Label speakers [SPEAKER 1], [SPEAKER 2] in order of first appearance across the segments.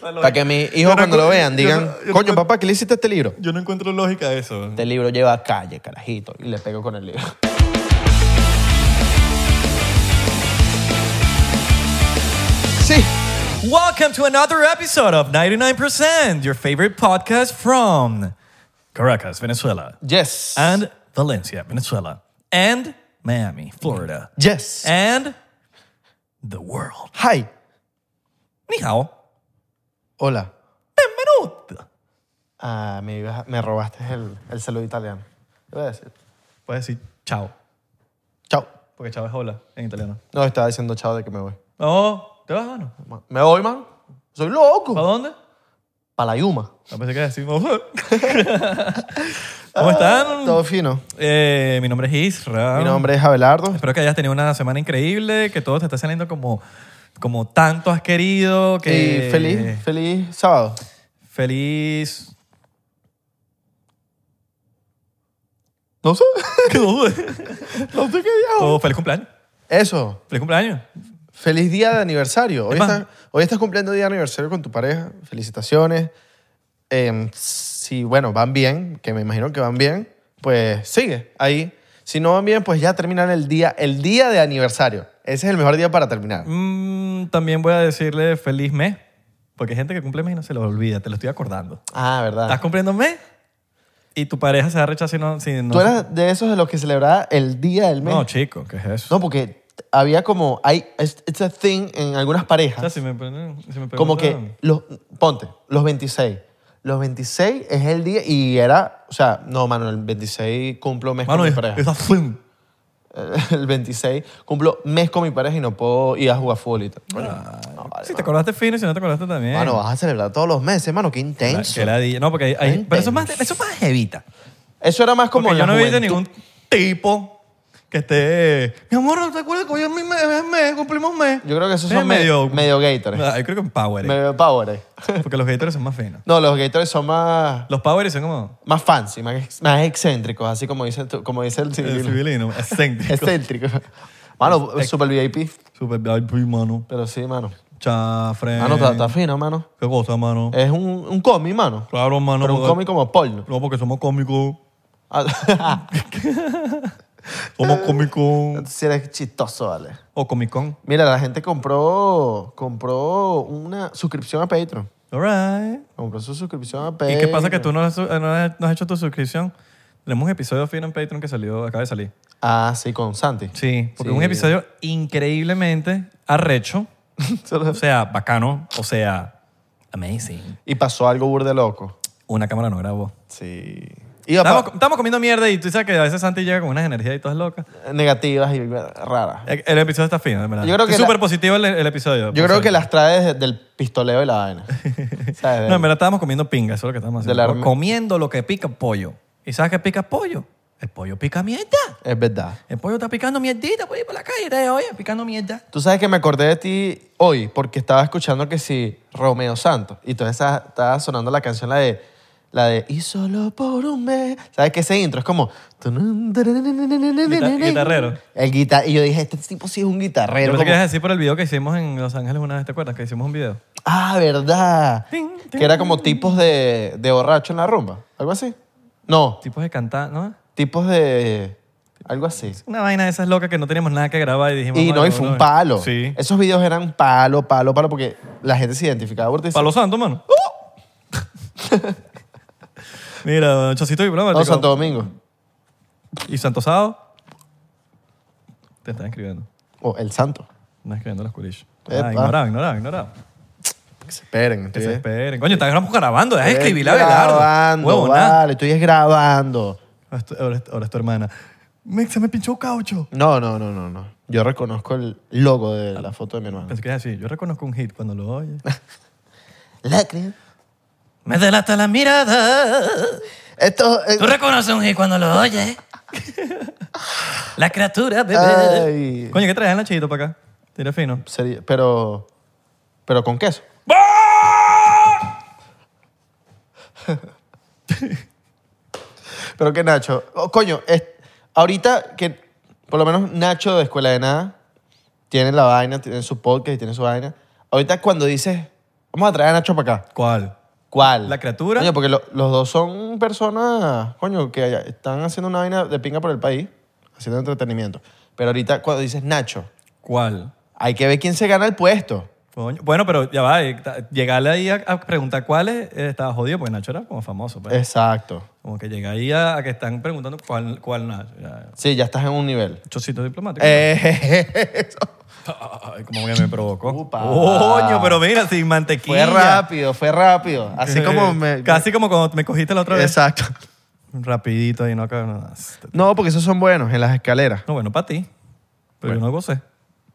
[SPEAKER 1] Para que mis hijos
[SPEAKER 2] Yo no
[SPEAKER 1] cuando lo
[SPEAKER 2] encuentro-
[SPEAKER 1] vean
[SPEAKER 2] yo
[SPEAKER 1] digan,
[SPEAKER 2] no- yo no
[SPEAKER 1] coño,
[SPEAKER 2] encuentro-
[SPEAKER 1] papá, ¿qué le hiciste a este libro?
[SPEAKER 2] Yo no encuentro lógica de eso.
[SPEAKER 1] Este libro lleva calle, carajito. Y le pego con el libro. Sí.
[SPEAKER 2] Welcome to another episode of 99%, your favorite podcast from Caracas, Venezuela,
[SPEAKER 1] Yes.
[SPEAKER 2] and Valencia, Venezuela, and Miami, Florida,
[SPEAKER 1] yes.
[SPEAKER 2] and the world.
[SPEAKER 1] Hi.
[SPEAKER 2] Ni hao.
[SPEAKER 1] Hola.
[SPEAKER 2] Bienvenuto.
[SPEAKER 1] Ah, me, ibas a- me robaste el, el saludo italiano. ¿Qué voy a decir?
[SPEAKER 2] Puedes decir chao,
[SPEAKER 1] Chao.
[SPEAKER 2] porque chao es hola en italiano.
[SPEAKER 1] No, estaba diciendo chao de que me voy.
[SPEAKER 2] No, ¿te vas o no?
[SPEAKER 1] ¿Me voy, man? Soy
[SPEAKER 2] ¿Para
[SPEAKER 1] loco.
[SPEAKER 2] dónde?
[SPEAKER 1] Para la Yuma.
[SPEAKER 2] No pensé que decimos. ¿Cómo están?
[SPEAKER 1] Todo fino.
[SPEAKER 2] Eh, mi nombre es Isra.
[SPEAKER 1] Mi nombre es Abelardo.
[SPEAKER 2] Espero que hayas tenido una semana increíble, que todo te está saliendo como, como tanto has querido. Que
[SPEAKER 1] Y Eh, feliz, feliz sábado.
[SPEAKER 2] Feliz.
[SPEAKER 1] No sé.
[SPEAKER 2] Oh,
[SPEAKER 1] No sé qué día.
[SPEAKER 2] feliz cumpleaños.
[SPEAKER 1] Eso.
[SPEAKER 2] Feliz cumpleaños.
[SPEAKER 1] Feliz día de aniversario. Hoy
[SPEAKER 2] Es más-
[SPEAKER 1] estás, hoy estás cumpliendo día de aniversario con tu pareja. Felicitaciones. Eh, si, bueno, van bien, que me imagino que van bien, pues sigue ahí. Si no van bien, pues ya terminan el día, el día de aniversario. Ese es el mejor día para terminar.
[SPEAKER 2] Mm, también voy a decirle feliz mes, porque hay gente que cumple mes y no se lo olvida, te lo estoy acordando.
[SPEAKER 1] Ah,
[SPEAKER 2] ¿Estás
[SPEAKER 1] verdad.
[SPEAKER 2] cumpliendo mes? Y tu pareja se va a rechazar si no. si no-
[SPEAKER 1] Tú eras de esos de los que celebraba el día del mes.
[SPEAKER 2] No,
[SPEAKER 1] No,
[SPEAKER 2] chico, ¿qué es eso?
[SPEAKER 1] porque había como, hay, it's it's a thing en algunas
[SPEAKER 2] O sea,
[SPEAKER 1] parejas.
[SPEAKER 2] si me, si me preguntan-
[SPEAKER 1] como que los ponte los 26 los 26 es el día y era o sea no mano el 26 cumplo mes
[SPEAKER 2] Mano,
[SPEAKER 1] con mi
[SPEAKER 2] es-
[SPEAKER 1] pareja
[SPEAKER 2] está full.
[SPEAKER 1] el 26 cumplo mes con mi pareja y no puedo ir a jugar fútbol y tal Coño, no, vale,
[SPEAKER 2] Si te
[SPEAKER 1] mano.
[SPEAKER 2] acordaste fino y si no te acordaste también.
[SPEAKER 1] Mano, vas a celebrar todos los meses mano qué
[SPEAKER 2] La-
[SPEAKER 1] intenso
[SPEAKER 2] que ladilla. No, porque hay, hay-
[SPEAKER 1] Intenso.
[SPEAKER 2] pero eso es más, eso es más jevita.
[SPEAKER 1] eso era más como
[SPEAKER 2] Porque yo
[SPEAKER 1] en la
[SPEAKER 2] no he visto
[SPEAKER 1] juventud.
[SPEAKER 2] ningún tipo que esté. Mi amor, ¿no te acuerdas que hoy es mi mes, es mes, cumplimos mes?
[SPEAKER 1] yo creo que esos
[SPEAKER 2] Es
[SPEAKER 1] son medio medio gators
[SPEAKER 2] Ah, yo creo que en Power.
[SPEAKER 1] medio power
[SPEAKER 2] Porque los Gators son más finos.
[SPEAKER 1] no los gators son más
[SPEAKER 2] Los Power son como.
[SPEAKER 1] más fancy más, ex- más excéntricos así como dice tú- como dice el
[SPEAKER 2] El
[SPEAKER 1] civilino
[SPEAKER 2] civilino, excéntrico.
[SPEAKER 1] excéntrico mano super VIP
[SPEAKER 2] Super VIP, mano.
[SPEAKER 1] pero sí mano
[SPEAKER 2] Chafre.
[SPEAKER 1] Mano, Ah, está, está fino, mano.
[SPEAKER 2] ¿Qué cosa, mano?
[SPEAKER 1] Es un, un cómic, mano.
[SPEAKER 2] Claro, mano.
[SPEAKER 1] Pero un
[SPEAKER 2] porque-
[SPEAKER 1] cómic como porno.
[SPEAKER 2] No, porque somos cómicos.
[SPEAKER 1] Ah,
[SPEAKER 2] Somos cómicos.
[SPEAKER 1] si eres chistoso, vale.
[SPEAKER 2] O comicón.
[SPEAKER 1] Mira, la gente compró, compró una suscripción a Patreon.
[SPEAKER 2] All right.
[SPEAKER 1] Compró su suscripción a
[SPEAKER 2] ¿Y
[SPEAKER 1] Patreon.
[SPEAKER 2] qué pasa que tú no has, eh, no has- no has hecho tu suscripción? Tenemos un episodio fino en Patreon que salió, acaba de salir.
[SPEAKER 1] Ah, sí, con Santi.
[SPEAKER 2] Sí, porque
[SPEAKER 1] Sí.
[SPEAKER 2] es un episodio increíblemente arrecho, o sea, bacano, o sea, amazing.
[SPEAKER 1] y pasó algo burde loco.
[SPEAKER 2] Una cámara no grabó.
[SPEAKER 1] Sí. Y
[SPEAKER 2] Estamos,
[SPEAKER 1] apa-
[SPEAKER 2] estamos comiendo mierda y tú sabes que a veces Santi llega con unas energías y todas locas.
[SPEAKER 1] negativas y raras.
[SPEAKER 2] El, el episodio está fino, de verdad.
[SPEAKER 1] Yo creo que
[SPEAKER 2] es
[SPEAKER 1] la-
[SPEAKER 2] súper positivo el, el episodio.
[SPEAKER 1] Yo creo que las trae desde- del pistoleo y la vaina. ¿Sabes?
[SPEAKER 2] No, en verdad estábamos comiendo pinga, eso es lo que estábamos
[SPEAKER 1] De
[SPEAKER 2] haciendo.
[SPEAKER 1] la arme-
[SPEAKER 2] Comiendo lo que pica pollo. ¿Y sabes qué pica pollo? El pollo pica mierda.
[SPEAKER 1] Es verdad.
[SPEAKER 2] El pollo está picando mierdita por ahí por la calle. Te oye, picando mierda.
[SPEAKER 1] Tú sabes que me acordé de ti hoy porque estaba escuchando que si Romeo Santos y entonces esa- estaba sonando la canción la de la de y solo por un mes. ¿Sabes que ese intro es como
[SPEAKER 2] guitarrero.
[SPEAKER 1] El guitar y yo dije, este tipo sí es un
[SPEAKER 2] Yo
[SPEAKER 1] guitarrero.
[SPEAKER 2] pensé que
[SPEAKER 1] como-
[SPEAKER 2] ibas a decir por el video que hicimos en Los Ángeles una vez, ¿te acuerdas? Que hicimos un video.
[SPEAKER 1] Ah, verdad.
[SPEAKER 2] Ting, ting.
[SPEAKER 1] Que era como tipos de de borracho en la rumba, algo así. No,
[SPEAKER 2] Tipos de cantar, ¿no?
[SPEAKER 1] tipos de algo así.
[SPEAKER 2] Una vaina de esas locas que no teníamos nada que grabar y dijimos...
[SPEAKER 1] Y no,
[SPEAKER 2] "Bueno,
[SPEAKER 1] y fue
[SPEAKER 2] bueno".
[SPEAKER 1] un palo.
[SPEAKER 2] Sí.
[SPEAKER 1] Esos videos eran palo, palo, palo, porque la gente se identificaba. burda, y dice,
[SPEAKER 2] Palo santo, mano. Mira, Chocito y broma.
[SPEAKER 1] ¡Uh! No,
[SPEAKER 2] chico.
[SPEAKER 1] Santo Domingo.
[SPEAKER 2] Y Santo Sado. Te están escribiendo.
[SPEAKER 1] O el santo.
[SPEAKER 2] Están escribiendo los culichos.
[SPEAKER 1] Epa.
[SPEAKER 2] Ah, ignorado, ignorado, ignorado.
[SPEAKER 1] Que se esperen.
[SPEAKER 2] Que se
[SPEAKER 1] estoy-
[SPEAKER 2] esperen. Coño, estamos grabando. Deja de
[SPEAKER 1] estoy
[SPEAKER 2] escribir la verdad.
[SPEAKER 1] Grabando, vale. Tú ya es grabando.
[SPEAKER 2] Ahora es- ahora es tu hermana. Me, se me pinchó un caucho.
[SPEAKER 1] No, no, no, no, no. Yo reconozco el logo de la foto de mi hermano.
[SPEAKER 2] Pensé que era así. Yo reconozco un hit cuando lo oyes.
[SPEAKER 1] Lacri.
[SPEAKER 2] Me delata la mirada.
[SPEAKER 1] Esto... eh,
[SPEAKER 2] Tú reconoces un hit cuando lo oyes. la criatura, bebé.
[SPEAKER 1] ay.
[SPEAKER 2] Coño, ¿qué traes en la chidito para acá? Tira fino.
[SPEAKER 1] Sería- pero... Pero con queso. Pero que Nacho... oh, coño, es- ahorita que... Por lo menos Nacho de Escuela de Nada tiene la vaina, tiene su podcast y tiene su vaina. Ahorita cuando dices... Vamos a traer a Nacho para acá.
[SPEAKER 2] ¿Cuál?
[SPEAKER 1] ¿Cuál?
[SPEAKER 2] ¿La criatura?
[SPEAKER 1] Coño, porque lo- los dos son personas, coño, que están haciendo una vaina de pinga por el país, haciendo entretenimiento. Pero ahorita cuando dices Nacho,
[SPEAKER 2] ¿Cuál?
[SPEAKER 1] hay que ver quién se gana el puesto.
[SPEAKER 2] Coño. Bueno, pero ya va, eh, ta- llegarle ahí a, a preguntar cuáles eh, estaba jodido, porque Nacho era como famoso. pues.
[SPEAKER 1] Eh. Exacto.
[SPEAKER 2] Como que llega ahí a, a que están preguntando cuál, cuál Nacho. Ya,
[SPEAKER 1] Sí, ya estás en un nivel.
[SPEAKER 2] Chocito diplomático.
[SPEAKER 1] Eh, eso.
[SPEAKER 2] Ay, como que me provocó.
[SPEAKER 1] Upa.
[SPEAKER 2] Coño, pero mira, sin
[SPEAKER 1] Fue
[SPEAKER 2] mantequilla.
[SPEAKER 1] rápido, fue rápido. Así como me...
[SPEAKER 2] Eh, Casi como cuando me cogiste la otra vez.
[SPEAKER 1] Exacto.
[SPEAKER 2] Rapidito y no acabo nada.
[SPEAKER 1] No, porque esos son buenos en las escaleras.
[SPEAKER 2] No, bueno, para ti. Pero yo no gocé.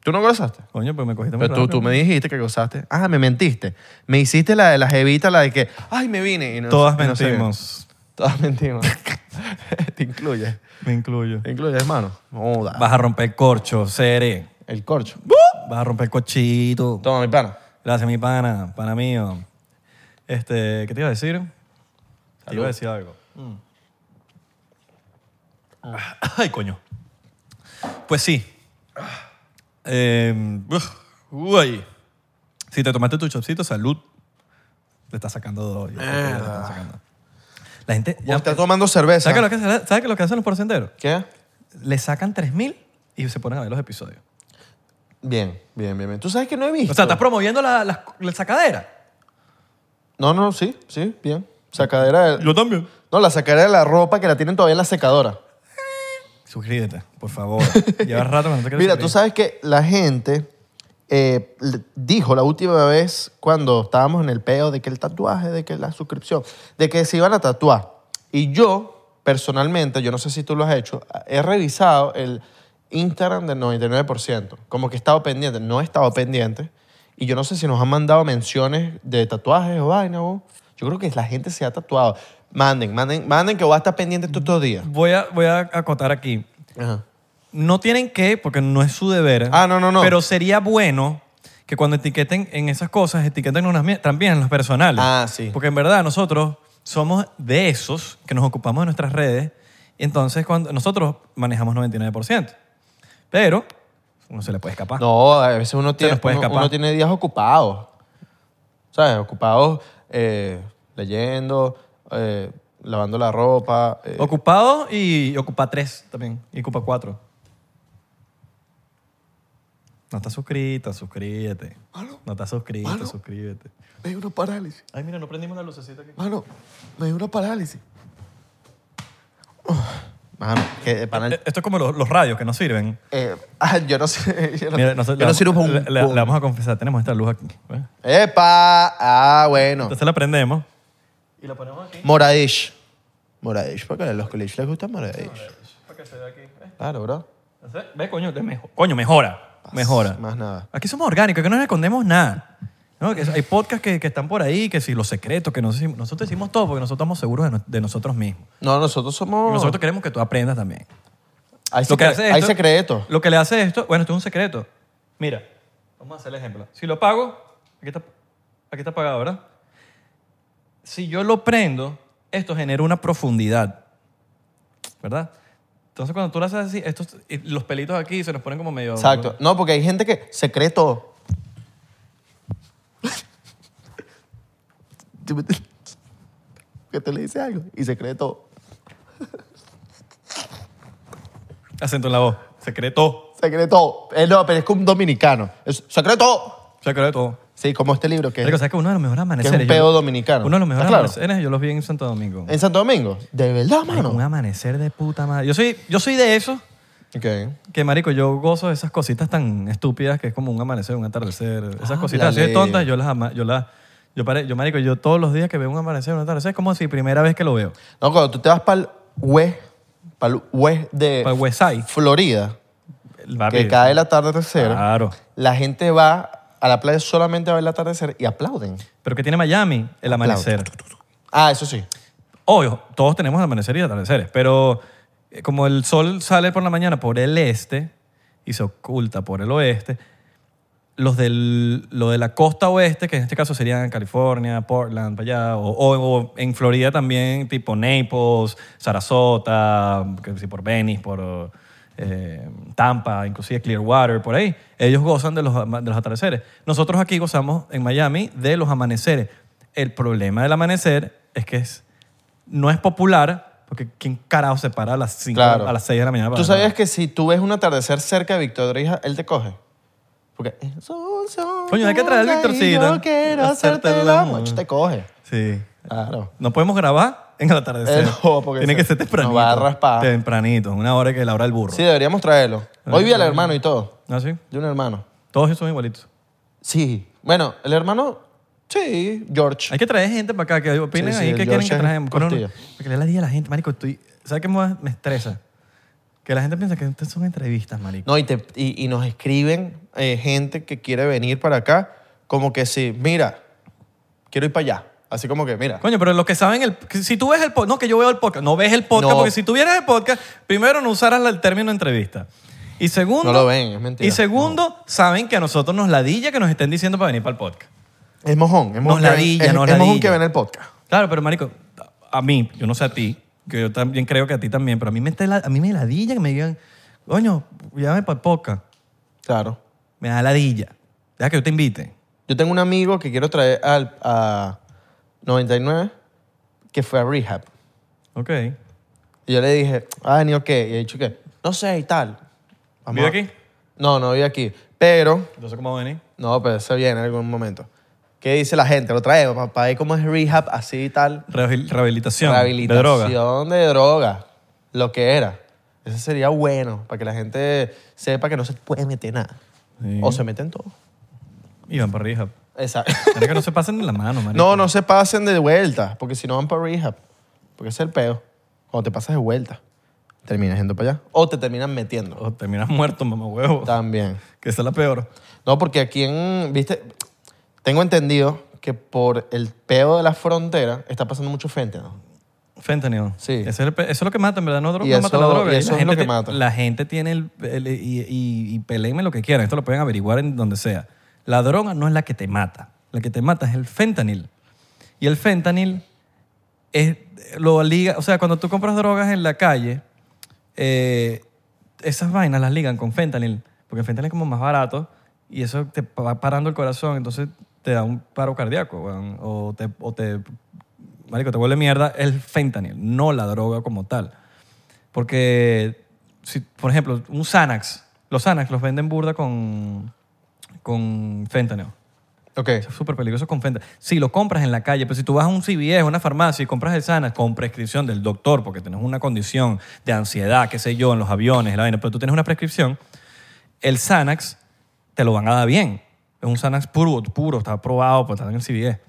[SPEAKER 1] ¿Tú no gozaste?
[SPEAKER 2] Coño, pues me cogiste muy
[SPEAKER 1] Pero tú,
[SPEAKER 2] rápido.
[SPEAKER 1] tú me dijiste que gozaste. Ah, me mentiste. Me hiciste la de la jevita, la de que, ay, me vine. y no-
[SPEAKER 2] Todas
[SPEAKER 1] y no se vino.
[SPEAKER 2] mentimos.
[SPEAKER 1] Todas mentimos. te incluye.
[SPEAKER 2] me incluyo.
[SPEAKER 1] Te incluye, hermano. No, da.
[SPEAKER 2] Vas a romper corcho, seré.
[SPEAKER 1] El corcho.
[SPEAKER 2] Vas a romper cochito.
[SPEAKER 1] Toma, mi pana.
[SPEAKER 2] Gracias, mi pana, pana mío. Este, ¿qué te iba a decir? Te iba a decir algo. Mm. Ah. Ay, coño. Pues sí. Eh, uf, uy. Si te tomaste tu chopcito, salud. Le estás sacando dos. yo creo que le están sacando. La gente...
[SPEAKER 1] Ya
[SPEAKER 2] ya-
[SPEAKER 1] está tomando cerveza.
[SPEAKER 2] ¿sabes, qué es lo que, hace- sabes qué es lo que hacen los porcenteros?
[SPEAKER 1] ¿Qué?
[SPEAKER 2] Le sacan 3.000 y se ponen a ver los episodios.
[SPEAKER 1] Bien, bien, bien, bien. ¿Tú sabes que no he visto?
[SPEAKER 2] O sea, estás promoviendo la, la- la sacadera.
[SPEAKER 1] No, no, sí, sí, bien. Sacadera de...
[SPEAKER 2] también.
[SPEAKER 1] No, la sacadera de la ropa que la tienen todavía en la secadora.
[SPEAKER 2] Suscríbete, por favor. Llevas rato que no te quieres
[SPEAKER 1] Mira, tú
[SPEAKER 2] suscribir.
[SPEAKER 1] sabes que la gente eh, le- dijo la última vez cuando estábamos en el peo de que el tatuaje, de que la suscripción, de que se iban a tatuar. Y yo, personalmente, yo no sé si tú lo has hecho, he revisado el Instagram del 99%. Como que he estado pendiente, no he estado pendiente. Y yo no sé si nos han mandado menciones de tatuajes o vaina. o- Yo creo que la gente se ha tatuado. Manden, manden, manden que voy a estar pendiente todos estos días.
[SPEAKER 2] Voy a, voy a acotar aquí.
[SPEAKER 1] Ajá.
[SPEAKER 2] No tienen que, porque no es su deber.
[SPEAKER 1] Ah, no, no, no.
[SPEAKER 2] Pero sería bueno que cuando etiqueten en esas cosas, etiqueten unas mie- también en los personales.
[SPEAKER 1] Ah, sí.
[SPEAKER 2] Porque en verdad nosotros somos de esos que nos ocupamos de nuestras redes. y Entonces, cuando nosotros manejamos 99%. Pero no se le puede escapar.
[SPEAKER 1] No, a veces uno tiene,
[SPEAKER 2] Ah. nos puede
[SPEAKER 1] uno,
[SPEAKER 2] escapar.
[SPEAKER 1] uno tiene días ocupados. ¿Sabes? Ocupados eh, leyendo, eh, lavando la ropa. eh.
[SPEAKER 2] Ocupado y ocupa tres también. Y ocupa cuatro. No estás suscrito, suscríbete. No estás suscrito,
[SPEAKER 1] Mano.
[SPEAKER 2] suscríbete.
[SPEAKER 1] Me dio una parálisis.
[SPEAKER 2] Ay, mira, no prendimos la lucecita aquí.
[SPEAKER 1] Mano, me dio una parálisis. Mano, que eh, para el-
[SPEAKER 2] Eh, Esto es como los, los radios que no sirven.
[SPEAKER 1] eh, ah, yo no sé. Yo no,
[SPEAKER 2] Mira, nosotros
[SPEAKER 1] yo
[SPEAKER 2] le
[SPEAKER 1] no
[SPEAKER 2] vamos-
[SPEAKER 1] sirvo para un-
[SPEAKER 2] le, le- le vamos a confesar, tenemos esta luz aquí. ¿ves?
[SPEAKER 1] ¡Epa! Ah, bueno.
[SPEAKER 2] Entonces la prendemos. Y la ponemos aquí.
[SPEAKER 1] Moradish. Moradish, porque a los colegios les gusta Moradish.
[SPEAKER 2] Para que se vea aquí. ¿ves?
[SPEAKER 1] Claro, bro.
[SPEAKER 2] Entonces, Ve, coño, te mejo- coño, mejora. Mejora.
[SPEAKER 1] Más nada.
[SPEAKER 2] Aquí somos orgánicos, que no nos escondemos nada. ¿No? Que hay podcasts que, que están por ahí, que si los secretos, que nos- nosotros decimos todo porque nosotros estamos seguros de, no- de nosotros mismos.
[SPEAKER 1] No, nosotros
[SPEAKER 2] Y
[SPEAKER 1] somos.
[SPEAKER 2] nosotros queremos que tú aprendas también.
[SPEAKER 1] Oh. hay,
[SPEAKER 2] Lo que
[SPEAKER 1] secre-
[SPEAKER 2] hace
[SPEAKER 1] hay
[SPEAKER 2] esto-
[SPEAKER 1] secretos.
[SPEAKER 2] Lo que le hace esto, bueno, esto es un secreto. Mira, vamos a hacer el ejemplo. Si lo pago, aquí está, aquí está apagado, ¿verdad? Si yo lo prendo, esto genera una profundidad, ¿verdad? Entonces cuando tú lo haces así, estos, y los pelitos aquí se nos ponen como medio...
[SPEAKER 1] Exacto. No, porque hay gente que secreto. que te le dice algo y secreto.
[SPEAKER 2] Acento en la voz. Secreto.
[SPEAKER 1] Secreto. Eh, no, pero es como un dominicano. Es secreto.
[SPEAKER 2] Secreto.
[SPEAKER 1] Sí, como este libro que
[SPEAKER 2] Marico, ¿sabes que uno de los mejores amaneceres?
[SPEAKER 1] Que es un
[SPEAKER 2] yo-
[SPEAKER 1] pedo dominicano.
[SPEAKER 2] Uno de los mejores
[SPEAKER 1] Está claro.
[SPEAKER 2] amaneceres yo los vi en Santo Domingo.
[SPEAKER 1] en Santo Domingo. De verdad,
[SPEAKER 2] Marico, Un
[SPEAKER 1] mano.
[SPEAKER 2] amanecer de puta madre. Yo soy, yo soy de esos
[SPEAKER 1] Ok.
[SPEAKER 2] que, marico, yo gozo de esas cositas tan estúpidas que es como un amanecer, un atardecer.
[SPEAKER 1] Ah,
[SPEAKER 2] Esas cositas así de
[SPEAKER 1] Háblale.
[SPEAKER 2] tontas, yo las ama- yo las... Yo, pare- yo, marico, yo todos los días que veo un amanecer, un atardecer, es como si primera vez que lo veo.
[SPEAKER 1] No, cuando tú te vas para el West, para el West de
[SPEAKER 2] Para el West Side.
[SPEAKER 1] Florida,
[SPEAKER 2] El barrio.
[SPEAKER 1] Eh, que cae la tarde tercera,
[SPEAKER 2] Claro.
[SPEAKER 1] la gente va a la playa solamente a ver el atardecer y aplauden.
[SPEAKER 2] Pero ¿qué tiene Miami? El amanecer.
[SPEAKER 1] Ah, eso sí.
[SPEAKER 2] Obvio, todos tenemos amanecer y atardeceres, pero eh, como el sol sale por la mañana por el este y se oculta por el oeste, los del, lo de la costa oeste, que en este caso serían California, Portland, para allá, o, o- o en Florida también, tipo Naples, Sarasota, que si por Venice, por eh, Tampa, inclusive Clearwater, por ahí, ellos gozan de los, ama- de los atardeceres. Nosotros aquí gozamos en Miami de los amaneceres. El problema del amanecer es que es, no es popular, porque ¿quién carajo se para a las, cinco,
[SPEAKER 1] Claro.
[SPEAKER 2] a las 6 de la mañana? para
[SPEAKER 1] ¿Tú
[SPEAKER 2] ver nada?
[SPEAKER 1] sabías que si tú ves un atardecer cerca de Victorija, él te coge? Porque... Son, son,
[SPEAKER 2] Coño, hay que traer al
[SPEAKER 1] son, y
[SPEAKER 2] Victorcito.
[SPEAKER 1] Yo quiero
[SPEAKER 2] Hacerte
[SPEAKER 1] hacerte
[SPEAKER 2] el
[SPEAKER 1] el
[SPEAKER 2] amor.
[SPEAKER 1] amor. Te coge.
[SPEAKER 2] Sí.
[SPEAKER 1] Claro.
[SPEAKER 2] No podemos grabar en el atardecer.
[SPEAKER 1] Eh, no, porque
[SPEAKER 2] Tiene
[SPEAKER 1] se-
[SPEAKER 2] que ser tempranito.
[SPEAKER 1] nos va a raspar.
[SPEAKER 2] Tempranito, una hora que la hora del burro.
[SPEAKER 1] Sí, deberíamos traerlo. Hoy vi al hermano y todo.
[SPEAKER 2] ¿Ah, sí?
[SPEAKER 1] De un hermano.
[SPEAKER 2] Todos ellos son igualitos.
[SPEAKER 1] Sí. Bueno, el hermano... Sí, George.
[SPEAKER 2] Hay que traer gente para acá que opinen
[SPEAKER 1] Sí, sí,
[SPEAKER 2] ahí que
[SPEAKER 1] el
[SPEAKER 2] quieren
[SPEAKER 1] George
[SPEAKER 2] que
[SPEAKER 1] es
[SPEAKER 2] traigamos. Porque
[SPEAKER 1] Castillo.
[SPEAKER 2] le la di a la gente, marico. Estoy, ¿Sabes qué me, me estresa? Que la gente piensa que estas son entrevistas, marico.
[SPEAKER 1] No, y, te- y- y nos escriben eh, gente que quiere venir para acá, como que sí, mira, quiero ir para allá. Así como que, mira.
[SPEAKER 2] Coño, pero los que saben, el, que si tú ves el podcast, no, que yo veo el podcast, no ves el podcast,
[SPEAKER 1] No.
[SPEAKER 2] porque si tuvieras el podcast, primero no usaras la- el término entrevista. Y segundo,
[SPEAKER 1] No lo ven, es mentira.
[SPEAKER 2] Y segundo, saben que a nosotros nos ladilla que nos estén diciendo para venir para el podcast.
[SPEAKER 1] Es mojón. Es mojón,
[SPEAKER 2] Nos
[SPEAKER 1] que ven-
[SPEAKER 2] ladilla,
[SPEAKER 1] es-
[SPEAKER 2] nos
[SPEAKER 1] es mojón
[SPEAKER 2] ladilla.
[SPEAKER 1] que ven el podcast.
[SPEAKER 2] Claro, pero marico, a mí, yo no sé a ti, que yo también creo que a ti también, pero a mí me, está la- a mí me ladilla que me digan, coño, llámame para el podcast.
[SPEAKER 1] Claro.
[SPEAKER 2] Me da ladilla. Deja que yo te invite.
[SPEAKER 1] Yo tengo un amigo que quiero traer al, a 99 que fue a rehab.
[SPEAKER 2] Ok.
[SPEAKER 1] Y yo le dije, ah, ni ok. Y he dicho que, no sé y tal. Vamos
[SPEAKER 2] ¿Vive
[SPEAKER 1] a-
[SPEAKER 2] aquí?
[SPEAKER 1] No, no vive aquí. Pero,
[SPEAKER 2] Entonces, ¿cómo va a venir?
[SPEAKER 1] no, pero se viene en algún momento. ¿Qué dice la gente? Lo traemos para ver cómo es rehab así y tal.
[SPEAKER 2] Rehabil- rehabilitación. De droga.
[SPEAKER 1] Rehabilitación de droga. Lo que era. Eso sería bueno para que la gente sepa que no se puede meter nada.
[SPEAKER 2] Sí.
[SPEAKER 1] O se meten todo.
[SPEAKER 2] Y van para rehab.
[SPEAKER 1] Exacto.
[SPEAKER 2] Marico, no se pasen de la mano, marico.
[SPEAKER 1] No, no se pasen de vuelta, porque si no van para rehab. Porque ese es el peo. Cuando te pasas de vuelta, terminas yendo para allá. O te terminan metiendo.
[SPEAKER 2] O terminas muerto, mamá huevo.
[SPEAKER 1] También.
[SPEAKER 2] Que esa es la peor.
[SPEAKER 1] No, porque aquí en, viste, tengo entendido que por el peo de la frontera está pasando mucho fentanyl.
[SPEAKER 2] Fentanyl.
[SPEAKER 1] Sí.
[SPEAKER 2] Ese es el pe- Eso es lo que mata, en verdad. No, dro-
[SPEAKER 1] Y
[SPEAKER 2] no mata
[SPEAKER 1] eso-
[SPEAKER 2] la droga.
[SPEAKER 1] y eso
[SPEAKER 2] la
[SPEAKER 1] es lo
[SPEAKER 2] gente
[SPEAKER 1] que
[SPEAKER 2] te-
[SPEAKER 1] mata.
[SPEAKER 2] La gente tiene el... el- y, y, y peleenme lo que quieran. Esto lo pueden averiguar en donde sea. La droga no es la que te mata. La que te mata es el fentanil. Y el fentanil es lo liga... O sea, cuando tú compras drogas en la calle, eh, esas vainas las ligan con fentanil. Porque el fentanil es como más barato y eso te va parando el corazón. Entonces te da un paro cardíaco weón, o te... O te Marico, te vuelve mierda el fentanil, no la droga como tal. Porque, si, por ejemplo, un Xanax, los Xanax los venden burda con, con fentanil.
[SPEAKER 1] Ok.
[SPEAKER 2] Es súper peligroso con fentanil. Si lo compras en la calle, pero si tú vas a un CVS, a una farmacia y compras el Xanax con prescripción del doctor, porque tienes una condición de ansiedad, qué sé yo, en los aviones, la vaina, pero tú tienes una prescripción, el Xanax te lo van a dar bien. Es un Xanax puro, puro, está aprobado, pues está en el CBS.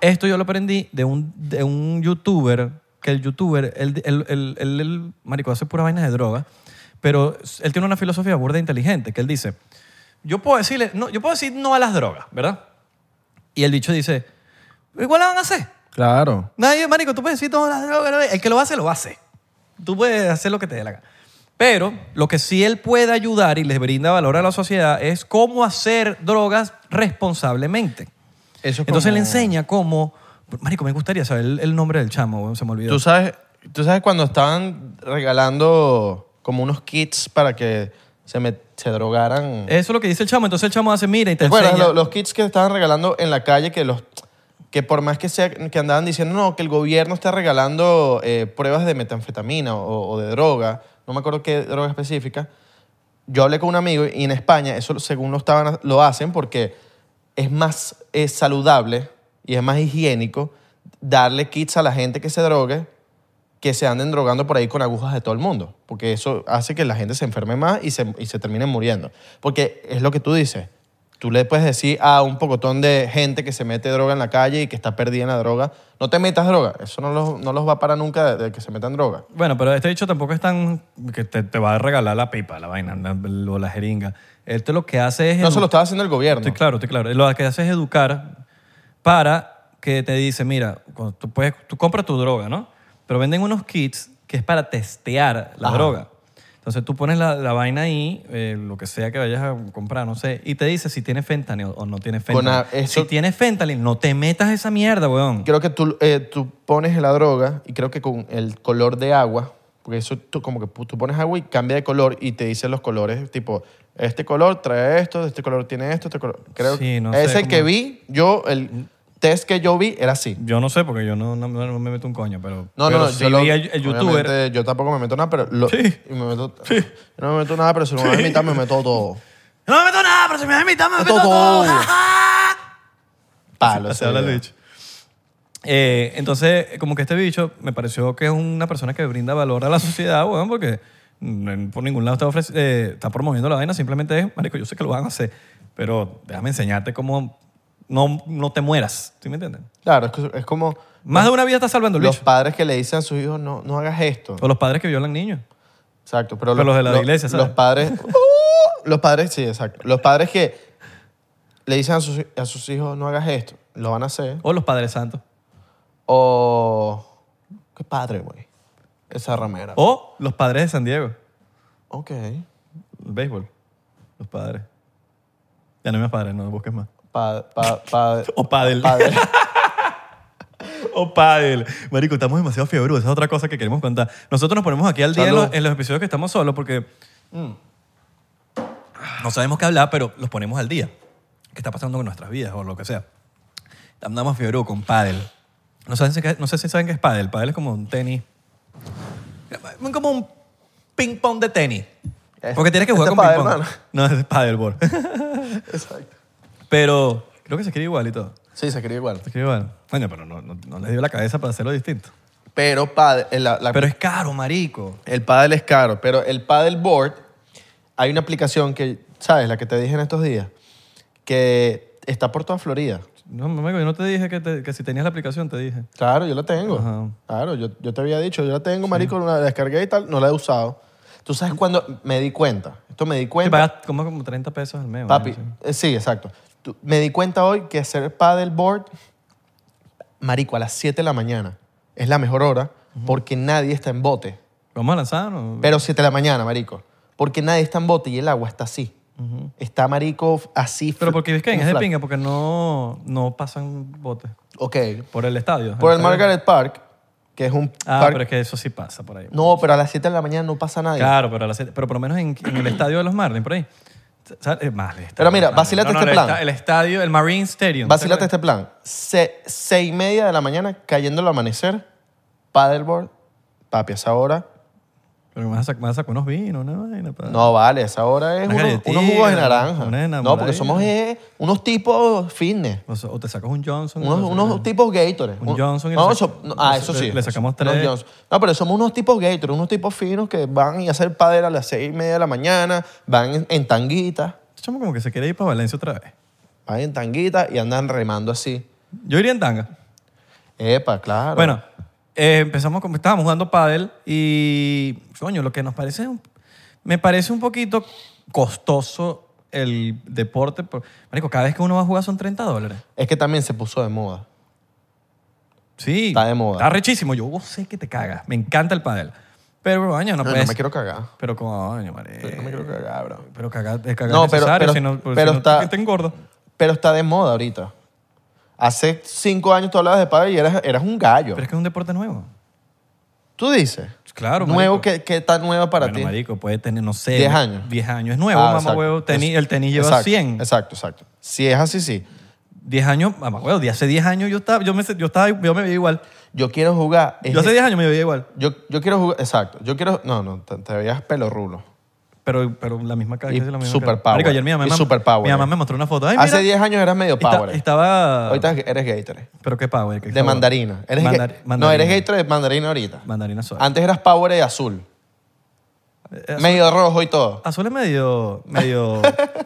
[SPEAKER 2] Esto yo lo aprendí de un, de un youtuber, que el youtuber, él, él- él- él- él, marico, hace pura vaina de droga, pero él tiene una filosofía burda inteligente, que él dice, yo puedo decirle, no, yo puedo decir no a las drogas, ¿verdad? Y el bicho dice, igual la van a hacer.
[SPEAKER 1] Claro.
[SPEAKER 2] Nadie, marico, tú puedes decir todas las drogas. ¿verdad? El que lo hace, lo hace. Tú puedes hacer lo que te dé la gana. Pero lo que sí él puede ayudar y les brinda valor a la sociedad es cómo hacer drogas responsablemente.
[SPEAKER 1] Eso es
[SPEAKER 2] Entonces
[SPEAKER 1] como-
[SPEAKER 2] le enseña cómo... Marico, me gustaría saber el, el nombre del chamo, weón, se me olvidó.
[SPEAKER 1] Tú sabes, tú sabes cuando estaban regalando como unos kits para que se, met- se drogaran.
[SPEAKER 2] Eso es lo que dice el chamo. Entonces el chamo hace, mira, y te
[SPEAKER 1] ¿Te acuerdas?
[SPEAKER 2] Eh, enseña.
[SPEAKER 1] Lo- los kits que estaban regalando en la calle que los que por más que sea que andaban diciendo no que el gobierno está regalando eh, pruebas de metanfetamina o, o de droga no me acuerdo qué droga específica yo hablé con un amigo y en España eso según lo estaban lo hacen porque es más eh, saludable y es más higiénico darle kits a la gente que se drogue que se anden drogando por ahí con agujas de todo el mundo, porque eso hace que la gente se enferme más y se, y se termine muriendo. Porque es lo que tú dices, tú le puedes decir a un pocotón de gente que se mete droga en la calle y que está perdida en la droga, no te metas droga, eso no los, no los va a parar nunca de, de que se metan droga.
[SPEAKER 2] Bueno, pero este dicho tampoco es tan... que te, te va a regalar la pipa, la vaina, la- o la jeringa. Esto lo que hace es...
[SPEAKER 1] No se
[SPEAKER 2] educar-
[SPEAKER 1] lo estaba haciendo el gobierno.
[SPEAKER 2] Estoy claro, estoy claro. Lo que hace es educar para que te dice, mira, cuando tú, puedes, tú compras tu droga, ¿no? Pero venden unos kits que es para testear la
[SPEAKER 1] Ajá.
[SPEAKER 2] droga. Entonces tú pones la, la vaina ahí, eh, lo que sea que vayas a comprar, no sé, y te dice si tiene fentanil o no tiene
[SPEAKER 1] Con
[SPEAKER 2] fentanil.
[SPEAKER 1] a- eso-
[SPEAKER 2] Si tiene fentanil, no te metas esa mierda, weón.
[SPEAKER 1] Creo que tú, eh, tú pones la droga y creo que con el color de agua Porque eso tú como que pu- tú pones agua y cambia de color y te dicen los colores, tipo, este color trae esto, este color tiene esto, este color... Creo
[SPEAKER 2] Sí, no sé,
[SPEAKER 1] Ese
[SPEAKER 2] como-
[SPEAKER 1] que vi, yo, el test que yo vi era así.
[SPEAKER 2] Yo no sé porque yo no, no- no me meto un coño, pero.
[SPEAKER 1] No,
[SPEAKER 2] pero
[SPEAKER 1] no, no,
[SPEAKER 2] sí
[SPEAKER 1] yo lo-
[SPEAKER 2] vi el, el youtuber.
[SPEAKER 1] obviamente, Yo tampoco me meto nada, pero... Lo,
[SPEAKER 2] Sí.
[SPEAKER 1] y me meto- Yo no me meto nada, pero si no me voy a imitar, me meto todo.
[SPEAKER 2] No me meto nada, pero si me das mitad, me
[SPEAKER 1] meto todo. Palo.
[SPEAKER 2] Así habla el
[SPEAKER 1] ese
[SPEAKER 2] bicho. Eh, entonces, como que este bicho me pareció que es una persona que brinda valor a la sociedad, weón, porque n- por ningún lado está, ofreci- eh, está promoviendo la vaina, simplemente es, marico, yo sé que lo van a hacer, pero déjame enseñarte cómo no, no te mueras, ¿sí me entiendes?
[SPEAKER 1] Claro, es, que- es como
[SPEAKER 2] Más de una vida está salvando el
[SPEAKER 1] los
[SPEAKER 2] bicho.
[SPEAKER 1] padres que le dicen a sus hijos, no, no hagas esto.
[SPEAKER 2] O los padres que violan niños.
[SPEAKER 1] Exacto, pero,
[SPEAKER 2] Pero los de la iglesia, ¿sabes?
[SPEAKER 1] Los padres, ¡Uh! los padres, sí, exacto. Los padres que le dicen a sus, a sus hijos, no hagas esto, lo van a hacer.
[SPEAKER 2] O los padres santos.
[SPEAKER 1] O, qué padre, güey. Esa ramera.
[SPEAKER 2] O los padres de San Diego.
[SPEAKER 1] Ok,
[SPEAKER 2] El béisbol. Los padres. Ya no hay más padres, no busques más.
[SPEAKER 1] pa, pa, pa-
[SPEAKER 2] O pádel.
[SPEAKER 1] padre.
[SPEAKER 2] O Oh, pádel. Marico, estamos demasiado fiebrudos. Esa es otra cosa que queremos contar. Nosotros nos ponemos aquí al día en
[SPEAKER 1] Salud.
[SPEAKER 2] los, en los episodios que estamos solos porque mm, no sabemos qué hablar, pero los ponemos al día. ¿Qué está pasando con nuestras vidas o lo que sea? Andamos fiebrudos con pádel. No, saben si- no sé si saben qué es pádel. Pádel es como un tenis. Es como un ping-pong de tenis.
[SPEAKER 1] Eh,
[SPEAKER 2] Porque tienes que jugar
[SPEAKER 1] este
[SPEAKER 2] con
[SPEAKER 1] es pádel,
[SPEAKER 2] ping-pong.
[SPEAKER 1] mano.
[SPEAKER 2] No, es padelboard.
[SPEAKER 1] Exacto.
[SPEAKER 2] pero creo que se escribe igual y todo.
[SPEAKER 1] Sí, se escribe igual.
[SPEAKER 2] Se escribe igual. Bueno, pero no, no, no les dio la cabeza para hacerlo distinto.
[SPEAKER 1] Pero padre, la, la-
[SPEAKER 2] Pero es caro, marico.
[SPEAKER 1] El paddle es caro, pero el paddle board, hay una aplicación que, ¿sabes? La que te dije en estos días, que está por toda Florida.
[SPEAKER 2] No, marico, yo no te dije que, te- que si tenías la aplicación, te dije.
[SPEAKER 1] Claro, yo la tengo.
[SPEAKER 2] Ajá.
[SPEAKER 1] Claro, yo, yo te había dicho, yo la tengo, marico, la descargué y tal, no la he usado. Tú sabes cuando me di cuenta, esto me di
[SPEAKER 2] Te
[SPEAKER 1] cuenta,
[SPEAKER 2] pagas como, como 30 pesos al mes.
[SPEAKER 1] papi,
[SPEAKER 2] bueno,
[SPEAKER 1] eh, sí, exacto. Tú- me di cuenta hoy que hacer paddle board, marico, a las 7 de la mañana es la mejor hora porque nadie está en bote.
[SPEAKER 2] sí. Vamos a lanzar. ¿no?
[SPEAKER 1] Pero 7 de la mañana, marico. Porque nadie está en bote y el agua está así. Está, marico, así.
[SPEAKER 2] Pero
[SPEAKER 1] fl-
[SPEAKER 2] porque ves que es de
[SPEAKER 1] flat.
[SPEAKER 2] pinga, porque no, no pasan botes
[SPEAKER 1] Ok.
[SPEAKER 2] por el estadio.
[SPEAKER 1] Por el
[SPEAKER 2] estadio-
[SPEAKER 1] Margaret Park, que es un
[SPEAKER 2] Ah,
[SPEAKER 1] parque.
[SPEAKER 2] pero es que eso sí pasa por ahí.
[SPEAKER 1] No, pero a las 7 de la mañana no pasa nadie.
[SPEAKER 2] Claro, pero, a las siete- pero por lo menos en, en el estadio de los Marlins, por ahí. ¿Sabes? Eh, Marlins, estadio
[SPEAKER 1] Pero mira,
[SPEAKER 2] de los Marlins.
[SPEAKER 1] vacílate
[SPEAKER 2] No, no,
[SPEAKER 1] este
[SPEAKER 2] el
[SPEAKER 1] plan.
[SPEAKER 2] esta- El estadio, el Marine Stadium.
[SPEAKER 1] Vacílate
[SPEAKER 2] ¿te acuerdas?
[SPEAKER 1] este plan. 6 y media de la mañana, cayendo el amanecer, paddleboard, papi, a esa hora.
[SPEAKER 2] Pero me vas a sac- me vas a sacar unos vinos, una vaina. pa.
[SPEAKER 1] No, vale, a esa hora es
[SPEAKER 2] Unas
[SPEAKER 1] unos,
[SPEAKER 2] galletitas,
[SPEAKER 1] unos jugos de naranja.
[SPEAKER 2] unas
[SPEAKER 1] No, porque somos eh, unos tipos fitness.
[SPEAKER 2] O, sea, o te sacas un Johnson.
[SPEAKER 1] Unos,
[SPEAKER 2] o sea,
[SPEAKER 1] unos tipos Gatorade.
[SPEAKER 2] Un Johnson y
[SPEAKER 1] no,
[SPEAKER 2] le
[SPEAKER 1] so-
[SPEAKER 2] saca-
[SPEAKER 1] no, ah, eso
[SPEAKER 2] le-
[SPEAKER 1] sí.
[SPEAKER 2] le sacamos
[SPEAKER 1] Unos
[SPEAKER 2] tres.
[SPEAKER 1] Johnson. No, pero somos unos tipos Gatorade, unos tipos finos que van y hacen padera a las seis y media de la mañana, van en, en tanguita,
[SPEAKER 2] Este chamo como que se quiere ir para Valencia otra vez.
[SPEAKER 1] van en tanguita y andan remando así.
[SPEAKER 2] Yo iría en tanga.
[SPEAKER 1] Epa, claro.
[SPEAKER 2] Bueno, eh, empezamos como estábamos jugando pádel y coño, lo que nos parece un- me parece un poquito costoso el deporte, por- marico, cada vez que uno va a jugar son 30 dólares.
[SPEAKER 1] Es que también se puso de moda.
[SPEAKER 2] Sí.
[SPEAKER 1] Está de moda.
[SPEAKER 2] Está rechísimo. Yo sé que te cagas. Me encanta el pádel. Pero coño, no pues,
[SPEAKER 1] No, no
[SPEAKER 2] puedes.
[SPEAKER 1] me quiero cagar.
[SPEAKER 2] Pero coño, marico.
[SPEAKER 1] No me quiero cagar, bro.
[SPEAKER 2] Pero cagar, es cagar
[SPEAKER 1] No, pero-
[SPEAKER 2] necesario,
[SPEAKER 1] pero-
[SPEAKER 2] si no, porque
[SPEAKER 1] pero
[SPEAKER 2] si no
[SPEAKER 1] está-
[SPEAKER 2] te- te engorda.
[SPEAKER 1] Pero está de moda ahorita. Hace cinco años tú hablabas de padre y eras, eras un gallo.
[SPEAKER 2] Pero es que es un deporte nuevo.
[SPEAKER 1] Tú dices.
[SPEAKER 2] Claro,
[SPEAKER 1] Nuevo,
[SPEAKER 2] marico.
[SPEAKER 1] ¿qué que está nueva para
[SPEAKER 2] bueno,
[SPEAKER 1] ti?
[SPEAKER 2] marico, puede tener, no sé.
[SPEAKER 1] 10 años.
[SPEAKER 2] 10 años. Es nuevo,
[SPEAKER 1] Ah,
[SPEAKER 2] mamá
[SPEAKER 1] exacto.
[SPEAKER 2] huevo. Tenis-
[SPEAKER 1] Eso-
[SPEAKER 2] el tenis lleva
[SPEAKER 1] exacto,
[SPEAKER 2] 100.
[SPEAKER 1] Exacto, exacto. Si es así, sí.
[SPEAKER 2] 10 años, mamá huevo, de hace 10 años yo estaba, yo me, yo estaba, yo me veía igual.
[SPEAKER 1] Yo quiero jugar. es-
[SPEAKER 2] Yo hace 10 años me veía igual.
[SPEAKER 1] yo, yo quiero jugar. Exacto. Yo quiero. No, no, te, te veías pelo rulo.
[SPEAKER 2] Pero, pero la misma cara.
[SPEAKER 1] Y
[SPEAKER 2] casi la misma
[SPEAKER 1] super
[SPEAKER 2] cara.
[SPEAKER 1] power.
[SPEAKER 2] Marico, ayer mi mamá,
[SPEAKER 1] Y super power.
[SPEAKER 2] mi mamá me mostró una foto. Ay,
[SPEAKER 1] Hace
[SPEAKER 2] mira,
[SPEAKER 1] 10 años eras medio
[SPEAKER 2] esta-
[SPEAKER 1] power.
[SPEAKER 2] estaba...
[SPEAKER 1] Ahorita eres gator. eh.
[SPEAKER 2] Pero qué power. qué
[SPEAKER 1] De
[SPEAKER 2] sabor.
[SPEAKER 1] mandarina. Eres ga-
[SPEAKER 2] Mandar-
[SPEAKER 1] No,
[SPEAKER 2] mandarina.
[SPEAKER 1] eres Ah, gator de mandarina ahorita.
[SPEAKER 2] Mandarina suave.
[SPEAKER 1] Antes eras power de azul.
[SPEAKER 2] Eh, azul,
[SPEAKER 1] Medio rojo y todo.
[SPEAKER 2] azul es medio, medio,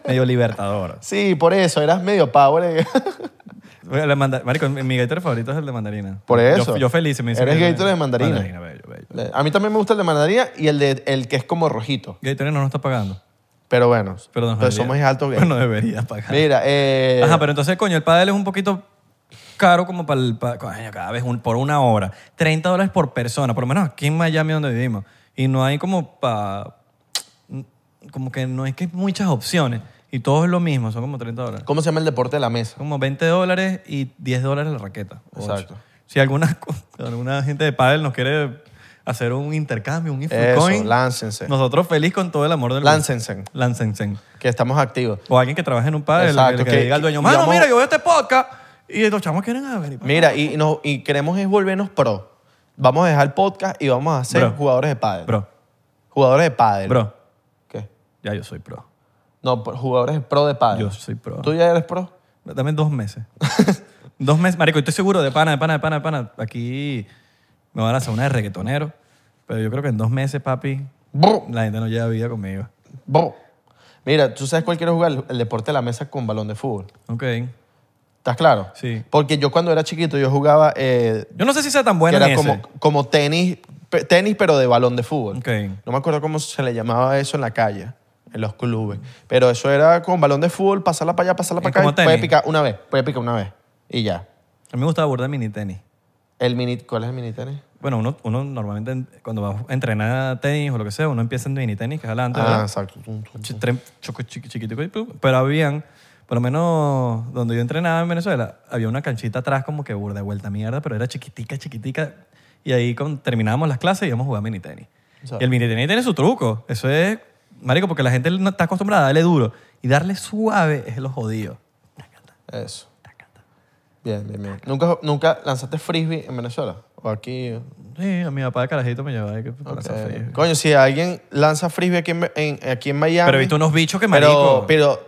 [SPEAKER 2] medio libertador.
[SPEAKER 1] Sí, por eso. Eras medio power. de-
[SPEAKER 2] Bueno, la manda- Marico, mi mi gator favorito es el de mandarina.
[SPEAKER 1] Por eso.
[SPEAKER 2] Yo, yo feliz. Me dicen
[SPEAKER 1] Eres
[SPEAKER 2] que-
[SPEAKER 1] Gatorade de mandarina.
[SPEAKER 2] Mandarina, bello, bello.
[SPEAKER 1] A mí también me gusta el de mandarina y el, de, el que es como rojito.
[SPEAKER 2] Gatorade no nos está pagando.
[SPEAKER 1] Pero bueno.
[SPEAKER 2] Pero nos
[SPEAKER 1] entonces
[SPEAKER 2] debería-
[SPEAKER 1] somos altos
[SPEAKER 2] Pero
[SPEAKER 1] gator.
[SPEAKER 2] no debería pagar.
[SPEAKER 1] Mira, eh,
[SPEAKER 2] Ajá, pero entonces, coño, el pádel es un poquito caro como para el... pa- coño, cada vez un- por una hora. 30 dólares por persona, por lo menos aquí en Miami donde vivimos. Y no hay como para... Como que no hay que muchas opciones. Y todo es lo mismo, son como 30 dólares.
[SPEAKER 1] ¿cómo se llama el deporte de la mesa?
[SPEAKER 2] Como 20 dólares y 10 dólares la raqueta. Ocho.
[SPEAKER 1] Exacto.
[SPEAKER 2] Si alguna, alguna gente de pádel nos quiere hacer un intercambio, un
[SPEAKER 1] Eso,
[SPEAKER 2] Infocoin.
[SPEAKER 1] láncense.
[SPEAKER 2] Nosotros feliz con todo el amor del mundo.
[SPEAKER 1] Láncense,
[SPEAKER 2] Láncense.
[SPEAKER 1] que estamos activos.
[SPEAKER 2] O alguien que trabaje en un padre,
[SPEAKER 1] Exacto,
[SPEAKER 2] que, que
[SPEAKER 1] que-
[SPEAKER 2] diga al dueño,
[SPEAKER 1] que-
[SPEAKER 2] mano,
[SPEAKER 1] digamos-
[SPEAKER 2] mira, yo veo este podcast y los chamos quieren a venir.
[SPEAKER 1] Mira, y, no, y queremos es volvernos pro. Vamos a dejar podcast y vamos a ser
[SPEAKER 2] Bro.
[SPEAKER 1] jugadores de pádel.
[SPEAKER 2] pues. Bro,
[SPEAKER 1] Jugadores de pádel.
[SPEAKER 2] bro,
[SPEAKER 1] ¿Qué?
[SPEAKER 2] ya yo soy pro.
[SPEAKER 1] No, pro- jugadores pro de pádel.
[SPEAKER 2] Yo soy pro.
[SPEAKER 1] Ah, ¿Tú ya eres pro?
[SPEAKER 2] Dame dos meses. dos meses, marico, estoy seguro de pana, de pana, de pana, de pana. Aquí me van a hacer una de reggaetonero, pero yo creo que en dos meses, papi,
[SPEAKER 1] Bro,
[SPEAKER 2] la gente no lleva vida conmigo.
[SPEAKER 1] bro. Mira, ¿tú sabes cuál quiero jugar? El- El deporte de la mesa con balón de fútbol.
[SPEAKER 2] Ok.
[SPEAKER 1] ¿Estás claro?
[SPEAKER 2] Sí.
[SPEAKER 1] Porque yo cuando era chiquito yo jugaba eh,
[SPEAKER 2] Yo no sé si sea tan bueno
[SPEAKER 1] que
[SPEAKER 2] en
[SPEAKER 1] era
[SPEAKER 2] ese.
[SPEAKER 1] como, como tenis, pe- tenis pero de balón de fútbol.
[SPEAKER 2] Ok.
[SPEAKER 1] No me acuerdo cómo se le llamaba eso en la calle, en los clubes. Pero eso era con balón de fútbol, pasarla para allá, pasarla
[SPEAKER 2] Es
[SPEAKER 1] para acá.
[SPEAKER 2] como
[SPEAKER 1] y Puede
[SPEAKER 2] tenis.
[SPEAKER 1] picar una vez, puede picar una vez y ya.
[SPEAKER 2] A mí me gustaba burda el mini tenis.
[SPEAKER 1] El mini, ¿Cuál es el mini tenis?
[SPEAKER 2] Bueno, uno, uno normalmente en- cuando va a entrenar tenis o lo que sea, uno empieza en mini tenis, que es adelante.
[SPEAKER 1] Ah,
[SPEAKER 2] ¿verdad?
[SPEAKER 1] exacto. Tum, tum,
[SPEAKER 2] Chi-
[SPEAKER 1] tum.
[SPEAKER 2] tren- choco chiqui- chiquitico y pum. Pero habían, por lo menos donde yo entrenaba en Venezuela, había una canchita atrás como que burda de vuelta mierda, pero era chiquitica, chiquitica. Y ahí con- terminábamos las clases y íbamos a jugar mini tenis. Y
[SPEAKER 1] Exacto.
[SPEAKER 2] el mini tenis tiene su truco. Eso es, marico, porque la gente no está acostumbrada a darle duro. Y darle suave es lo jodido.
[SPEAKER 1] Eso. Bien, bien, bien. ¿Nunca, ¿Nunca lanzaste frisbee en Venezuela? ¿O aquí?
[SPEAKER 2] Sí, a mi papá de carajito me llevaba. de que para lanzar
[SPEAKER 1] Eh,
[SPEAKER 2] frisbee.
[SPEAKER 1] Coño, si alguien lanza frisbee aquí en, en- aquí en Miami...
[SPEAKER 2] Pero he visto unos bichos que marico.
[SPEAKER 1] Pero,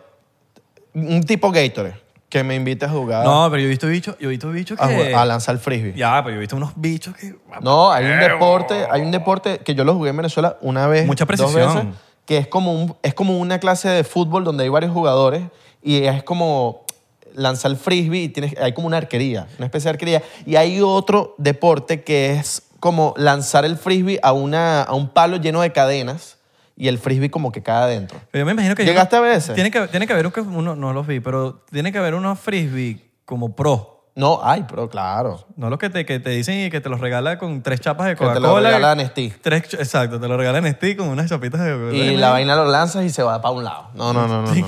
[SPEAKER 1] pero un tipo Gatorade que me invita a jugar
[SPEAKER 2] no, pero yo he visto bichos, yo he visto bichos
[SPEAKER 1] a,
[SPEAKER 2] que.
[SPEAKER 1] jugar- a lanzar frisbee.
[SPEAKER 2] Ya, pero yo he visto unos bichos que.
[SPEAKER 1] No, hay un deporte, hay un deporte que yo lo jugué en Venezuela una vez,
[SPEAKER 2] Mucha
[SPEAKER 1] dos
[SPEAKER 2] precisión.
[SPEAKER 1] veces, que es como un, es como una clase de fútbol donde hay varios jugadores y es como lanzar el frisbee y tienes, hay como una arquería, una especie de arquería y hay otro deporte que es como lanzar el frisbee a una a un palo lleno de cadenas y el frisbee como que cae adentro.
[SPEAKER 2] Pero yo me imagino que.
[SPEAKER 1] ¿Llegaste a ver ese?
[SPEAKER 2] Tiene que, tiene que haber un que uno, no los vi, pero tiene que haber unos frisbee como pro.
[SPEAKER 1] No, ay, pero claro.
[SPEAKER 2] No los que te, que te dicen y que te los regala con tres chapas de
[SPEAKER 1] Que te lo
[SPEAKER 2] Coca-Cola.
[SPEAKER 1] regala Nestí.
[SPEAKER 2] Tres, ch- exacto, te lo regalan Nestí con unas chapitas de Coca-Cola.
[SPEAKER 1] Y la vaina lo lanzas y se va para un lado. No, no, no, no. no.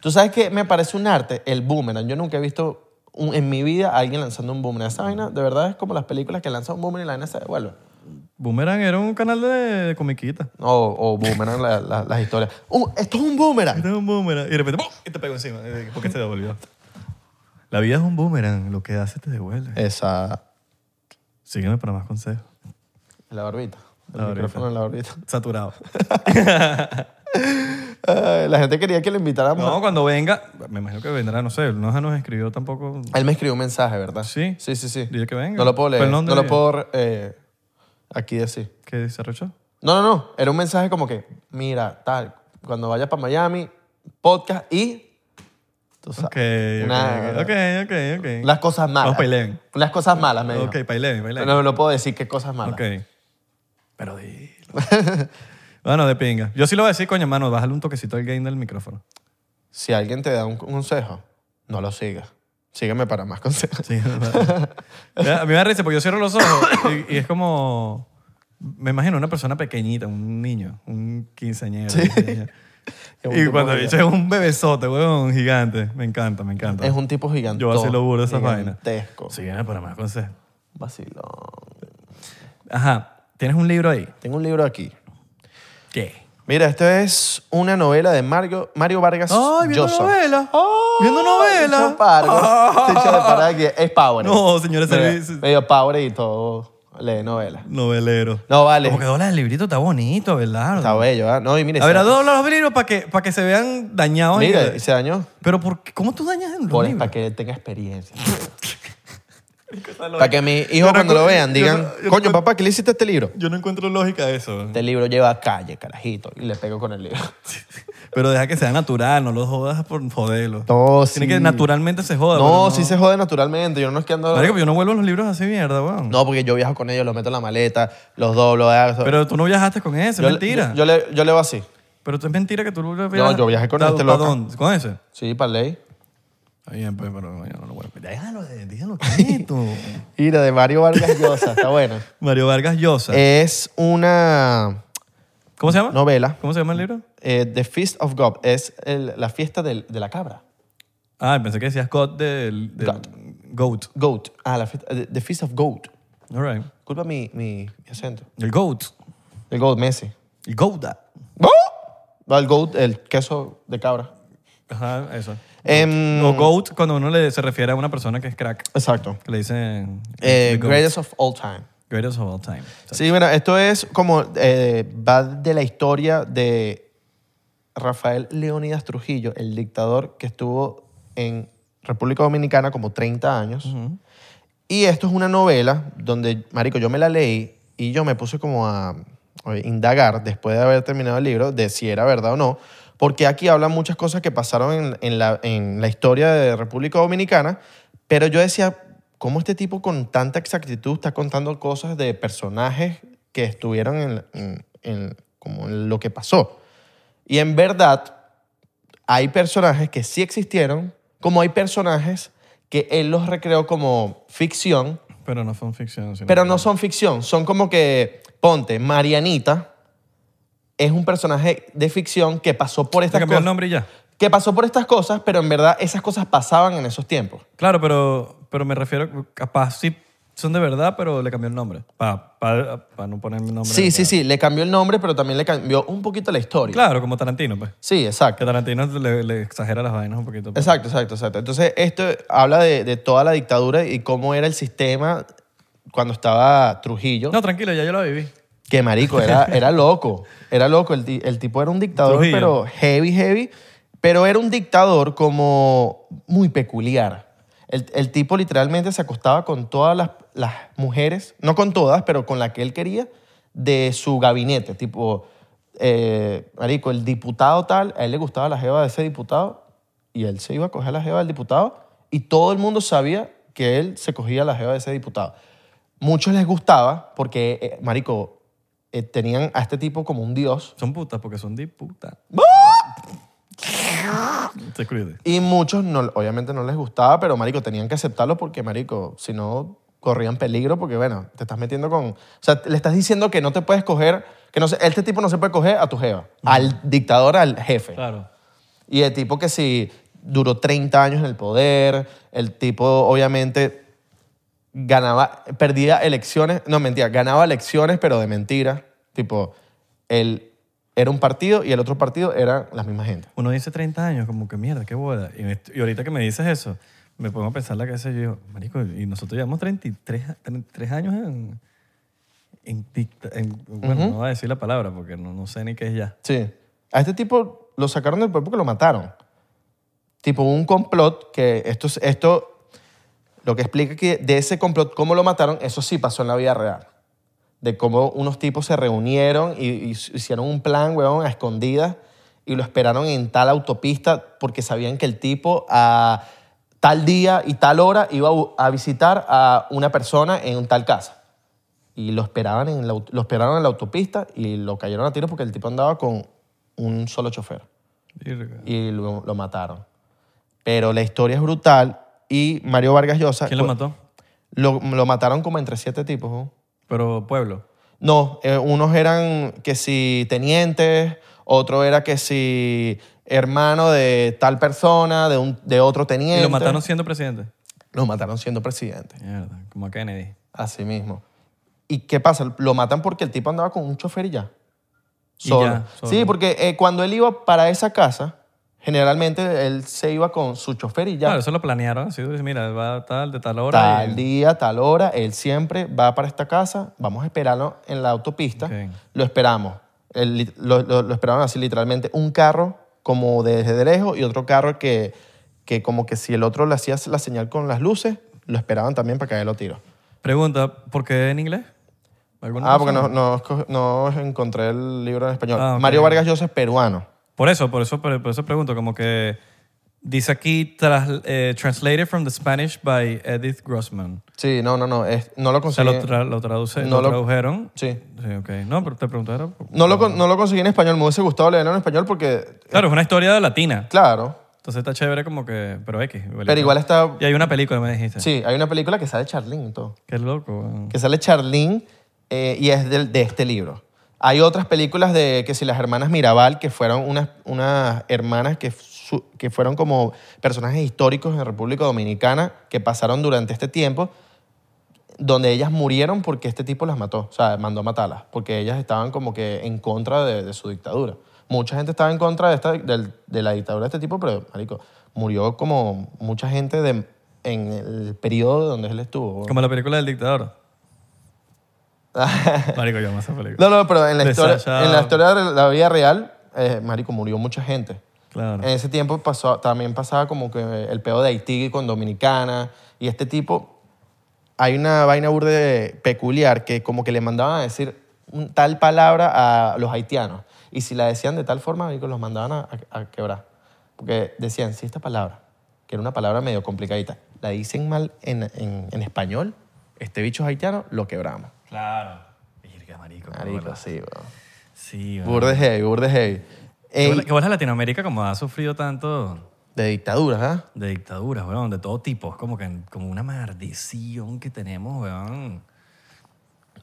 [SPEAKER 1] Tú sabes que me parece un arte, el boomerang. Yo nunca he visto un- en mi vida a alguien lanzando un boomerang. Esa vaina de verdad es como las películas que lanzan un boomerang y la vaina se devuelve.
[SPEAKER 2] Boomerang era un canal de, de comiquita.
[SPEAKER 1] O, o boomerang la- la- las historias. Uh, esto es un boomerang.
[SPEAKER 2] Este es un boomerang. Y de repente ¡pum! y te pegó encima. Eh, ¿Por qué se devolvió? La vida es un boomerang. Lo que hace te devuelve.
[SPEAKER 1] Esa.
[SPEAKER 2] Sígueme para más consejos.
[SPEAKER 1] La barbita. El
[SPEAKER 2] La barbita.
[SPEAKER 1] micrófono en la barbita.
[SPEAKER 2] Saturado.
[SPEAKER 1] Ay, la gente quería que le invitáramos.
[SPEAKER 2] No, cuando venga, me imagino que vendrá, no sé, no nos escribió tampoco.
[SPEAKER 1] Él me escribió un mensaje, ¿verdad?
[SPEAKER 2] Sí.
[SPEAKER 1] Sí, sí, sí.
[SPEAKER 2] Dile que venga.
[SPEAKER 1] No lo puedo leer.
[SPEAKER 2] Pero ¿dónde
[SPEAKER 1] no lo
[SPEAKER 2] vive?
[SPEAKER 1] puedo eh, aquí decir.
[SPEAKER 2] ¿Qué se arrechó?
[SPEAKER 1] No, no, no. Era un mensaje como que, mira, tal, cuando vayas para Miami, podcast y. Tú sabes.
[SPEAKER 2] Ok,
[SPEAKER 1] una-
[SPEAKER 2] ok, ok, ok, ok.
[SPEAKER 1] Las cosas malas.
[SPEAKER 2] Vamos pa' Eleven.
[SPEAKER 1] Las cosas malas, me dijo.
[SPEAKER 2] Ok, paileme,
[SPEAKER 1] Pero
[SPEAKER 2] paileme.
[SPEAKER 1] no, no puedo decir qué cosas malas.
[SPEAKER 2] ok. Pero dilo. bueno, de pinga. Yo sí lo voy a decir, coño, mano, bájale un toquecito al gain del micrófono.
[SPEAKER 1] Si alguien te da un consejo, no lo sigas. Sígueme para más consejos.
[SPEAKER 2] Sí, ¿verdad? Ya, A mí me da risa porque yo cierro los ojos y, y es como... Me imagino una persona pequeñita, un niño, un quinceañero. quinceañero.
[SPEAKER 1] Es un
[SPEAKER 2] Y
[SPEAKER 1] tipo
[SPEAKER 2] cuando
[SPEAKER 1] gigante.
[SPEAKER 2] dice es un bebesote, huevón, gigante. Me encanta, me encanta.
[SPEAKER 1] Es un tipo gigante.
[SPEAKER 2] Yo vacilo burda esas vainas.
[SPEAKER 1] Gigantesco.
[SPEAKER 2] Sí, eh, para más consejos.
[SPEAKER 1] Vacilón.
[SPEAKER 2] Ajá, tienes un libro ahí.
[SPEAKER 1] Tengo un libro aquí.
[SPEAKER 2] ¿Qué?
[SPEAKER 1] Mira, esto es una novela de Mario, Mario Vargas
[SPEAKER 2] ¡Ay, viendo
[SPEAKER 1] Llosa.
[SPEAKER 2] novela!
[SPEAKER 1] ¡Oh!
[SPEAKER 2] ¡Viendo novela! Ah.
[SPEAKER 1] Bicho pargo. Bicho de parada aquí. Es power.
[SPEAKER 2] No, señores,
[SPEAKER 1] Mira,
[SPEAKER 2] servicios.
[SPEAKER 1] Medio power y todo. Lee novela.
[SPEAKER 2] Novelero.
[SPEAKER 1] No, vale.
[SPEAKER 2] Como que doblas el librito, está bonito, ¿verdad?
[SPEAKER 1] Está bello, ¿ah? No, y mire.
[SPEAKER 2] A ver,
[SPEAKER 1] se-
[SPEAKER 2] dobla los libros para que, pa' que se vean dañados.
[SPEAKER 1] Mira, y
[SPEAKER 2] Y-
[SPEAKER 1] se dañó.
[SPEAKER 2] Pero por qué? ¿cómo tú dañas los
[SPEAKER 1] Por-
[SPEAKER 2] libros?
[SPEAKER 1] Para que tenga experiencia. Para que mis hijos cuando lo vean digan,
[SPEAKER 2] yo-
[SPEAKER 1] coño, papá, ¿qué le hiciste a este libro?
[SPEAKER 2] Yo no encuentro lógica a eso.
[SPEAKER 1] Este libro lleva calle, carajito. Y le pego con el libro.
[SPEAKER 2] Pero deja que sea natural, no lo jodas por joderlo.
[SPEAKER 1] No,
[SPEAKER 2] Tiene
[SPEAKER 1] sí.
[SPEAKER 2] que naturalmente se joda.
[SPEAKER 1] No,
[SPEAKER 2] pero
[SPEAKER 1] sí se jode naturalmente. Yo no es que ando...
[SPEAKER 2] Marico, pero yo no vuelvo los libros así, mierda, weón.
[SPEAKER 1] No, porque yo viajo con ellos, los meto en la maleta, los doblo. ah,
[SPEAKER 2] Pero tú no viajaste con ese,
[SPEAKER 1] yo,
[SPEAKER 2] es mentira.
[SPEAKER 1] Yo, yo le, yo le hago así.
[SPEAKER 2] pero tú es mentira que tú lo viajaste.
[SPEAKER 1] yo viajé con
[SPEAKER 2] ¿Pa- pa'
[SPEAKER 1] este loco.
[SPEAKER 2] dónde? ¿Con ese?
[SPEAKER 1] Sí, para ley.
[SPEAKER 2] Está bien, pues, pero coño, no lo vuelvo. Déjalo, de- déjalo quieto.
[SPEAKER 1] Mira, de Mario Vargas Llosa, está buena.
[SPEAKER 2] Mario Vargas
[SPEAKER 1] Eh,
[SPEAKER 2] Llosa.
[SPEAKER 1] Es una
[SPEAKER 2] ¿Cómo se llama?
[SPEAKER 1] novela,
[SPEAKER 2] ¿Cómo se llama el libro?
[SPEAKER 1] eh, The Feast of God, es el- la fiesta del- de la cabra.
[SPEAKER 2] Ah, pensé que decías God del... del- Goat.
[SPEAKER 1] Goat. Ah, la fiesta, eh, The Feast of Goat.
[SPEAKER 2] All right.
[SPEAKER 1] Culpa mi, mi, mi acento.
[SPEAKER 2] El goat.
[SPEAKER 1] El goat Messi.
[SPEAKER 2] El gouda.
[SPEAKER 1] No, el goat, el queso de cabra.
[SPEAKER 2] Ajá, eso.
[SPEAKER 1] Em,
[SPEAKER 2] O goat cuando uno le, se refiere a una persona que es crack.
[SPEAKER 1] Exacto.
[SPEAKER 2] Que le dicen...
[SPEAKER 1] Eh,
[SPEAKER 2] the goat.
[SPEAKER 1] greatest of all time.
[SPEAKER 2] Greatest of all time.
[SPEAKER 1] Sí, bueno, esto es como eh, va de la historia de Rafael Leonidas Trujillo, el dictador que estuvo en República Dominicana como 30 años. Y esto es una novela donde, marico, yo me la leí y yo me puse como a, a indagar después de haber terminado el libro de si era verdad o no, porque aquí hablan muchas cosas que pasaron en, en la, en la historia de República Dominicana, pero yo decía, ¿cómo este tipo con tanta exactitud está contando cosas de personajes que estuvieron en, en- en- como en lo que pasó? Y en verdad, hay personajes que sí existieron, como hay personajes que él los recreó como ficción,
[SPEAKER 2] Pero no son ficción. sino-
[SPEAKER 1] pero no son ficción, son como que, ponte, Marianita es un personaje de ficción que pasó por
[SPEAKER 2] Se
[SPEAKER 1] estas
[SPEAKER 2] cambió el
[SPEAKER 1] cosas,
[SPEAKER 2] nombre y ya.
[SPEAKER 1] que pasó por estas cosas, pero en verdad esas cosas pasaban en esos tiempos.
[SPEAKER 2] Claro, pero, pero me refiero... Capaz sí son de verdad, pero le cambió el nombre. Para no poner el nombre.
[SPEAKER 1] Sí, sí, sí, le cambió el nombre, pero también le cambió un poquito la historia.
[SPEAKER 2] Claro, como Tarantino, pues.
[SPEAKER 1] Sí, exacto.
[SPEAKER 2] Que Tarantino le, le exagera las vainas un poquito. pues.
[SPEAKER 1] Exacto, exacto, exacto. Entonces, esto habla de, de toda la dictadura y cómo era el sistema cuando estaba Trujillo.
[SPEAKER 2] No, tranquilo, ya yo lo viví.
[SPEAKER 1] Que marico, era, era loco. Era loco. El, ti- el tipo era un dictador,
[SPEAKER 2] Trujillo.
[SPEAKER 1] pero heavy, heavy. Pero era un dictador como muy peculiar. El, el tipo literalmente se acostaba con todas las, las mujeres, no con todas, pero con la que él quería, de su gabinete. Tipo, eh, marico, el diputado tal, a él le gustaba la jeva de ese diputado y él se iba a coger la jeva del diputado y todo el mundo sabía que él se cogía la jeva de ese diputado. Muchos les gustaba porque, eh, marico, eh, tenían a este tipo como un dios
[SPEAKER 2] Son putas porque son de puta. Te cuides.
[SPEAKER 1] y muchos no, obviamente no les gustaba, pero, marico, tenían que aceptarlo porque, marico, si no corrían peligro porque, bueno, te estás metiendo con... O sea, le estás diciendo que no te puedes coger, que no se- este tipo no se puede coger a tu jeva, al dictador, al jefe.
[SPEAKER 2] Claro.
[SPEAKER 1] Y el tipo que si duró 30 años en el poder, el tipo obviamente ganaba, perdía elecciones, no mentira, ganaba elecciones pero de mentira. Tipo, él era un partido y el otro partido eran las mismas gente.
[SPEAKER 2] Uno dice 30 años, como que mierda, qué boda. Y, me- y ahorita que me dices eso, me pongo a pensar la cabeza y yo digo, marico, y nosotros llevamos 33, a- 33 años en... en, dicta- en- bueno, no voy a decir la palabra porque no, no sé ni qué es ya.
[SPEAKER 1] Sí. A este tipo lo sacaron del pueblo porque lo mataron. Tipo, hubo un complot que esto, es- esto lo que explica que de ese complot, cómo lo mataron, eso sí pasó en la vida real. De cómo unos tipos se reunieron y, y hicieron un plan, weón, a escondidas y lo esperaron en tal autopista porque sabían que el tipo a tal día y tal hora iba a bu- a visitar a una persona en tal casa y lo esperaban en la, aut- lo esperaron en la autopista y lo cayeron a tiros porque el tipo andaba con un solo chofer
[SPEAKER 2] Virga.
[SPEAKER 1] y lo, lo mataron. Pero la historia es brutal y Mario Vargas Llosa
[SPEAKER 2] ¿Quién lo
[SPEAKER 1] cu-
[SPEAKER 2] mató?
[SPEAKER 1] Lo, lo mataron como entre siete tipos. ¿no?
[SPEAKER 2] Pero Pueblo.
[SPEAKER 1] No, eh, unos eran que si tenientes, otro era que si hermano de tal persona, de, un, de otro teniente.
[SPEAKER 2] Y lo mataron siendo presidente.
[SPEAKER 1] Lo mataron siendo presidente.
[SPEAKER 2] Mierda, como a Kennedy.
[SPEAKER 1] Así mismo. ¿Y qué pasa? Lo matan porque el tipo andaba con un chofer y ya.
[SPEAKER 2] Y
[SPEAKER 1] Solo.
[SPEAKER 2] ya, solo.
[SPEAKER 1] Sí, porque eh, cuando él iba para esa casa, generalmente él se iba con su chofer y ya.
[SPEAKER 2] Claro, eso lo planearon. Así, dice, mira, va a tal, de tal hora.
[SPEAKER 1] tal
[SPEAKER 2] y-
[SPEAKER 1] día, tal hora, él siempre va para esta casa, vamos a esperarlo en la autopista.
[SPEAKER 2] Ok.
[SPEAKER 1] Lo esperamos. El lit- lo, lo- lo esperaron así literalmente un carro como desde lejos y otro carro que, que como que si el otro le hacía la señal con las luces, lo esperaban también para caer los tiros.
[SPEAKER 2] Pregunta, ¿por qué en inglés? ¿Alguna
[SPEAKER 1] Ah, porque no,
[SPEAKER 2] razón?
[SPEAKER 1] no, esco- no encontré el libro en español.
[SPEAKER 2] Ah, ok.
[SPEAKER 1] Mario Vargas Llosa es peruano.
[SPEAKER 2] Por eso, por eso, por, por eso pregunto, como que dice aquí tras- eh, translated from the Spanish by Edith Grossman.
[SPEAKER 1] Sí, no, no, no. es- no lo
[SPEAKER 2] O sea,
[SPEAKER 1] conseguí.
[SPEAKER 2] lo, tra- lo traduce,
[SPEAKER 1] Oh, No
[SPEAKER 2] lo,
[SPEAKER 1] lo-
[SPEAKER 2] tradujeron.
[SPEAKER 1] sí.
[SPEAKER 2] ok. No, pero te preguntaron.
[SPEAKER 1] No lo, con- no lo conseguí en español. Me hubiese gustado leerlo en español porque,
[SPEAKER 2] Claro, es una historia latina.
[SPEAKER 1] claro.
[SPEAKER 2] Entonces está chévere como que, pero X. igualito.
[SPEAKER 1] Pero igual está.
[SPEAKER 2] Y hay una película, me dijiste.
[SPEAKER 1] Sí, hay una película que sale Charlene y todo.
[SPEAKER 2] Qué loco. weón.
[SPEAKER 1] Que sale Charlene eh, y es del- de, este libro. Hay otras películas de que si las hermanas Mirabal, que fueron unas, unas hermanas que, su- que fueron como personajes históricos en República Dominicana, que pasaron durante este tiempo, donde ellas murieron porque este tipo las mató, o sea, mandó a matarlas, porque ellas estaban como que en contra de, de su dictadura. Mucha gente estaba en contra de, esta, del- de la dictadura de este tipo, pero, marico, murió como mucha gente de, en el periodo donde él estuvo.
[SPEAKER 2] Como la película del dictador. Marico, yo amo esa película.
[SPEAKER 1] No, no, pero en la,
[SPEAKER 2] De
[SPEAKER 1] historia,
[SPEAKER 2] Sasha-
[SPEAKER 1] en la historia de la vida real, eh, marico, murió mucha gente.
[SPEAKER 2] Claro.
[SPEAKER 1] En ese tiempo pasó, también pasaba como que el peo de Haití con Dominicana y este tipo. Hay una vaina burde peculiar que como que le mandaban a decir un- tal palabra a los haitianos. Y si la decían de tal forma, marico, los mandaban a, a- a quebrar. Porque decían, si esta palabra, que era una palabra medio complicadita, la dicen mal en, en- en español, este bicho es haitiano, lo quebramos.
[SPEAKER 2] Claro. Virga, marico. qué
[SPEAKER 1] Marico,
[SPEAKER 2] bola.
[SPEAKER 1] sí, weón.
[SPEAKER 2] Sí, bueno.
[SPEAKER 1] Burde heavy, burde heavy.
[SPEAKER 2] Qué
[SPEAKER 1] Ey,
[SPEAKER 2] bola- qué bola Latinoamérica como ha sufrido tanto
[SPEAKER 1] de dictaduras, ¿ah?
[SPEAKER 2] de dictaduras, weón, de todo tipo. Es como, que, como una maldición que tenemos, weón.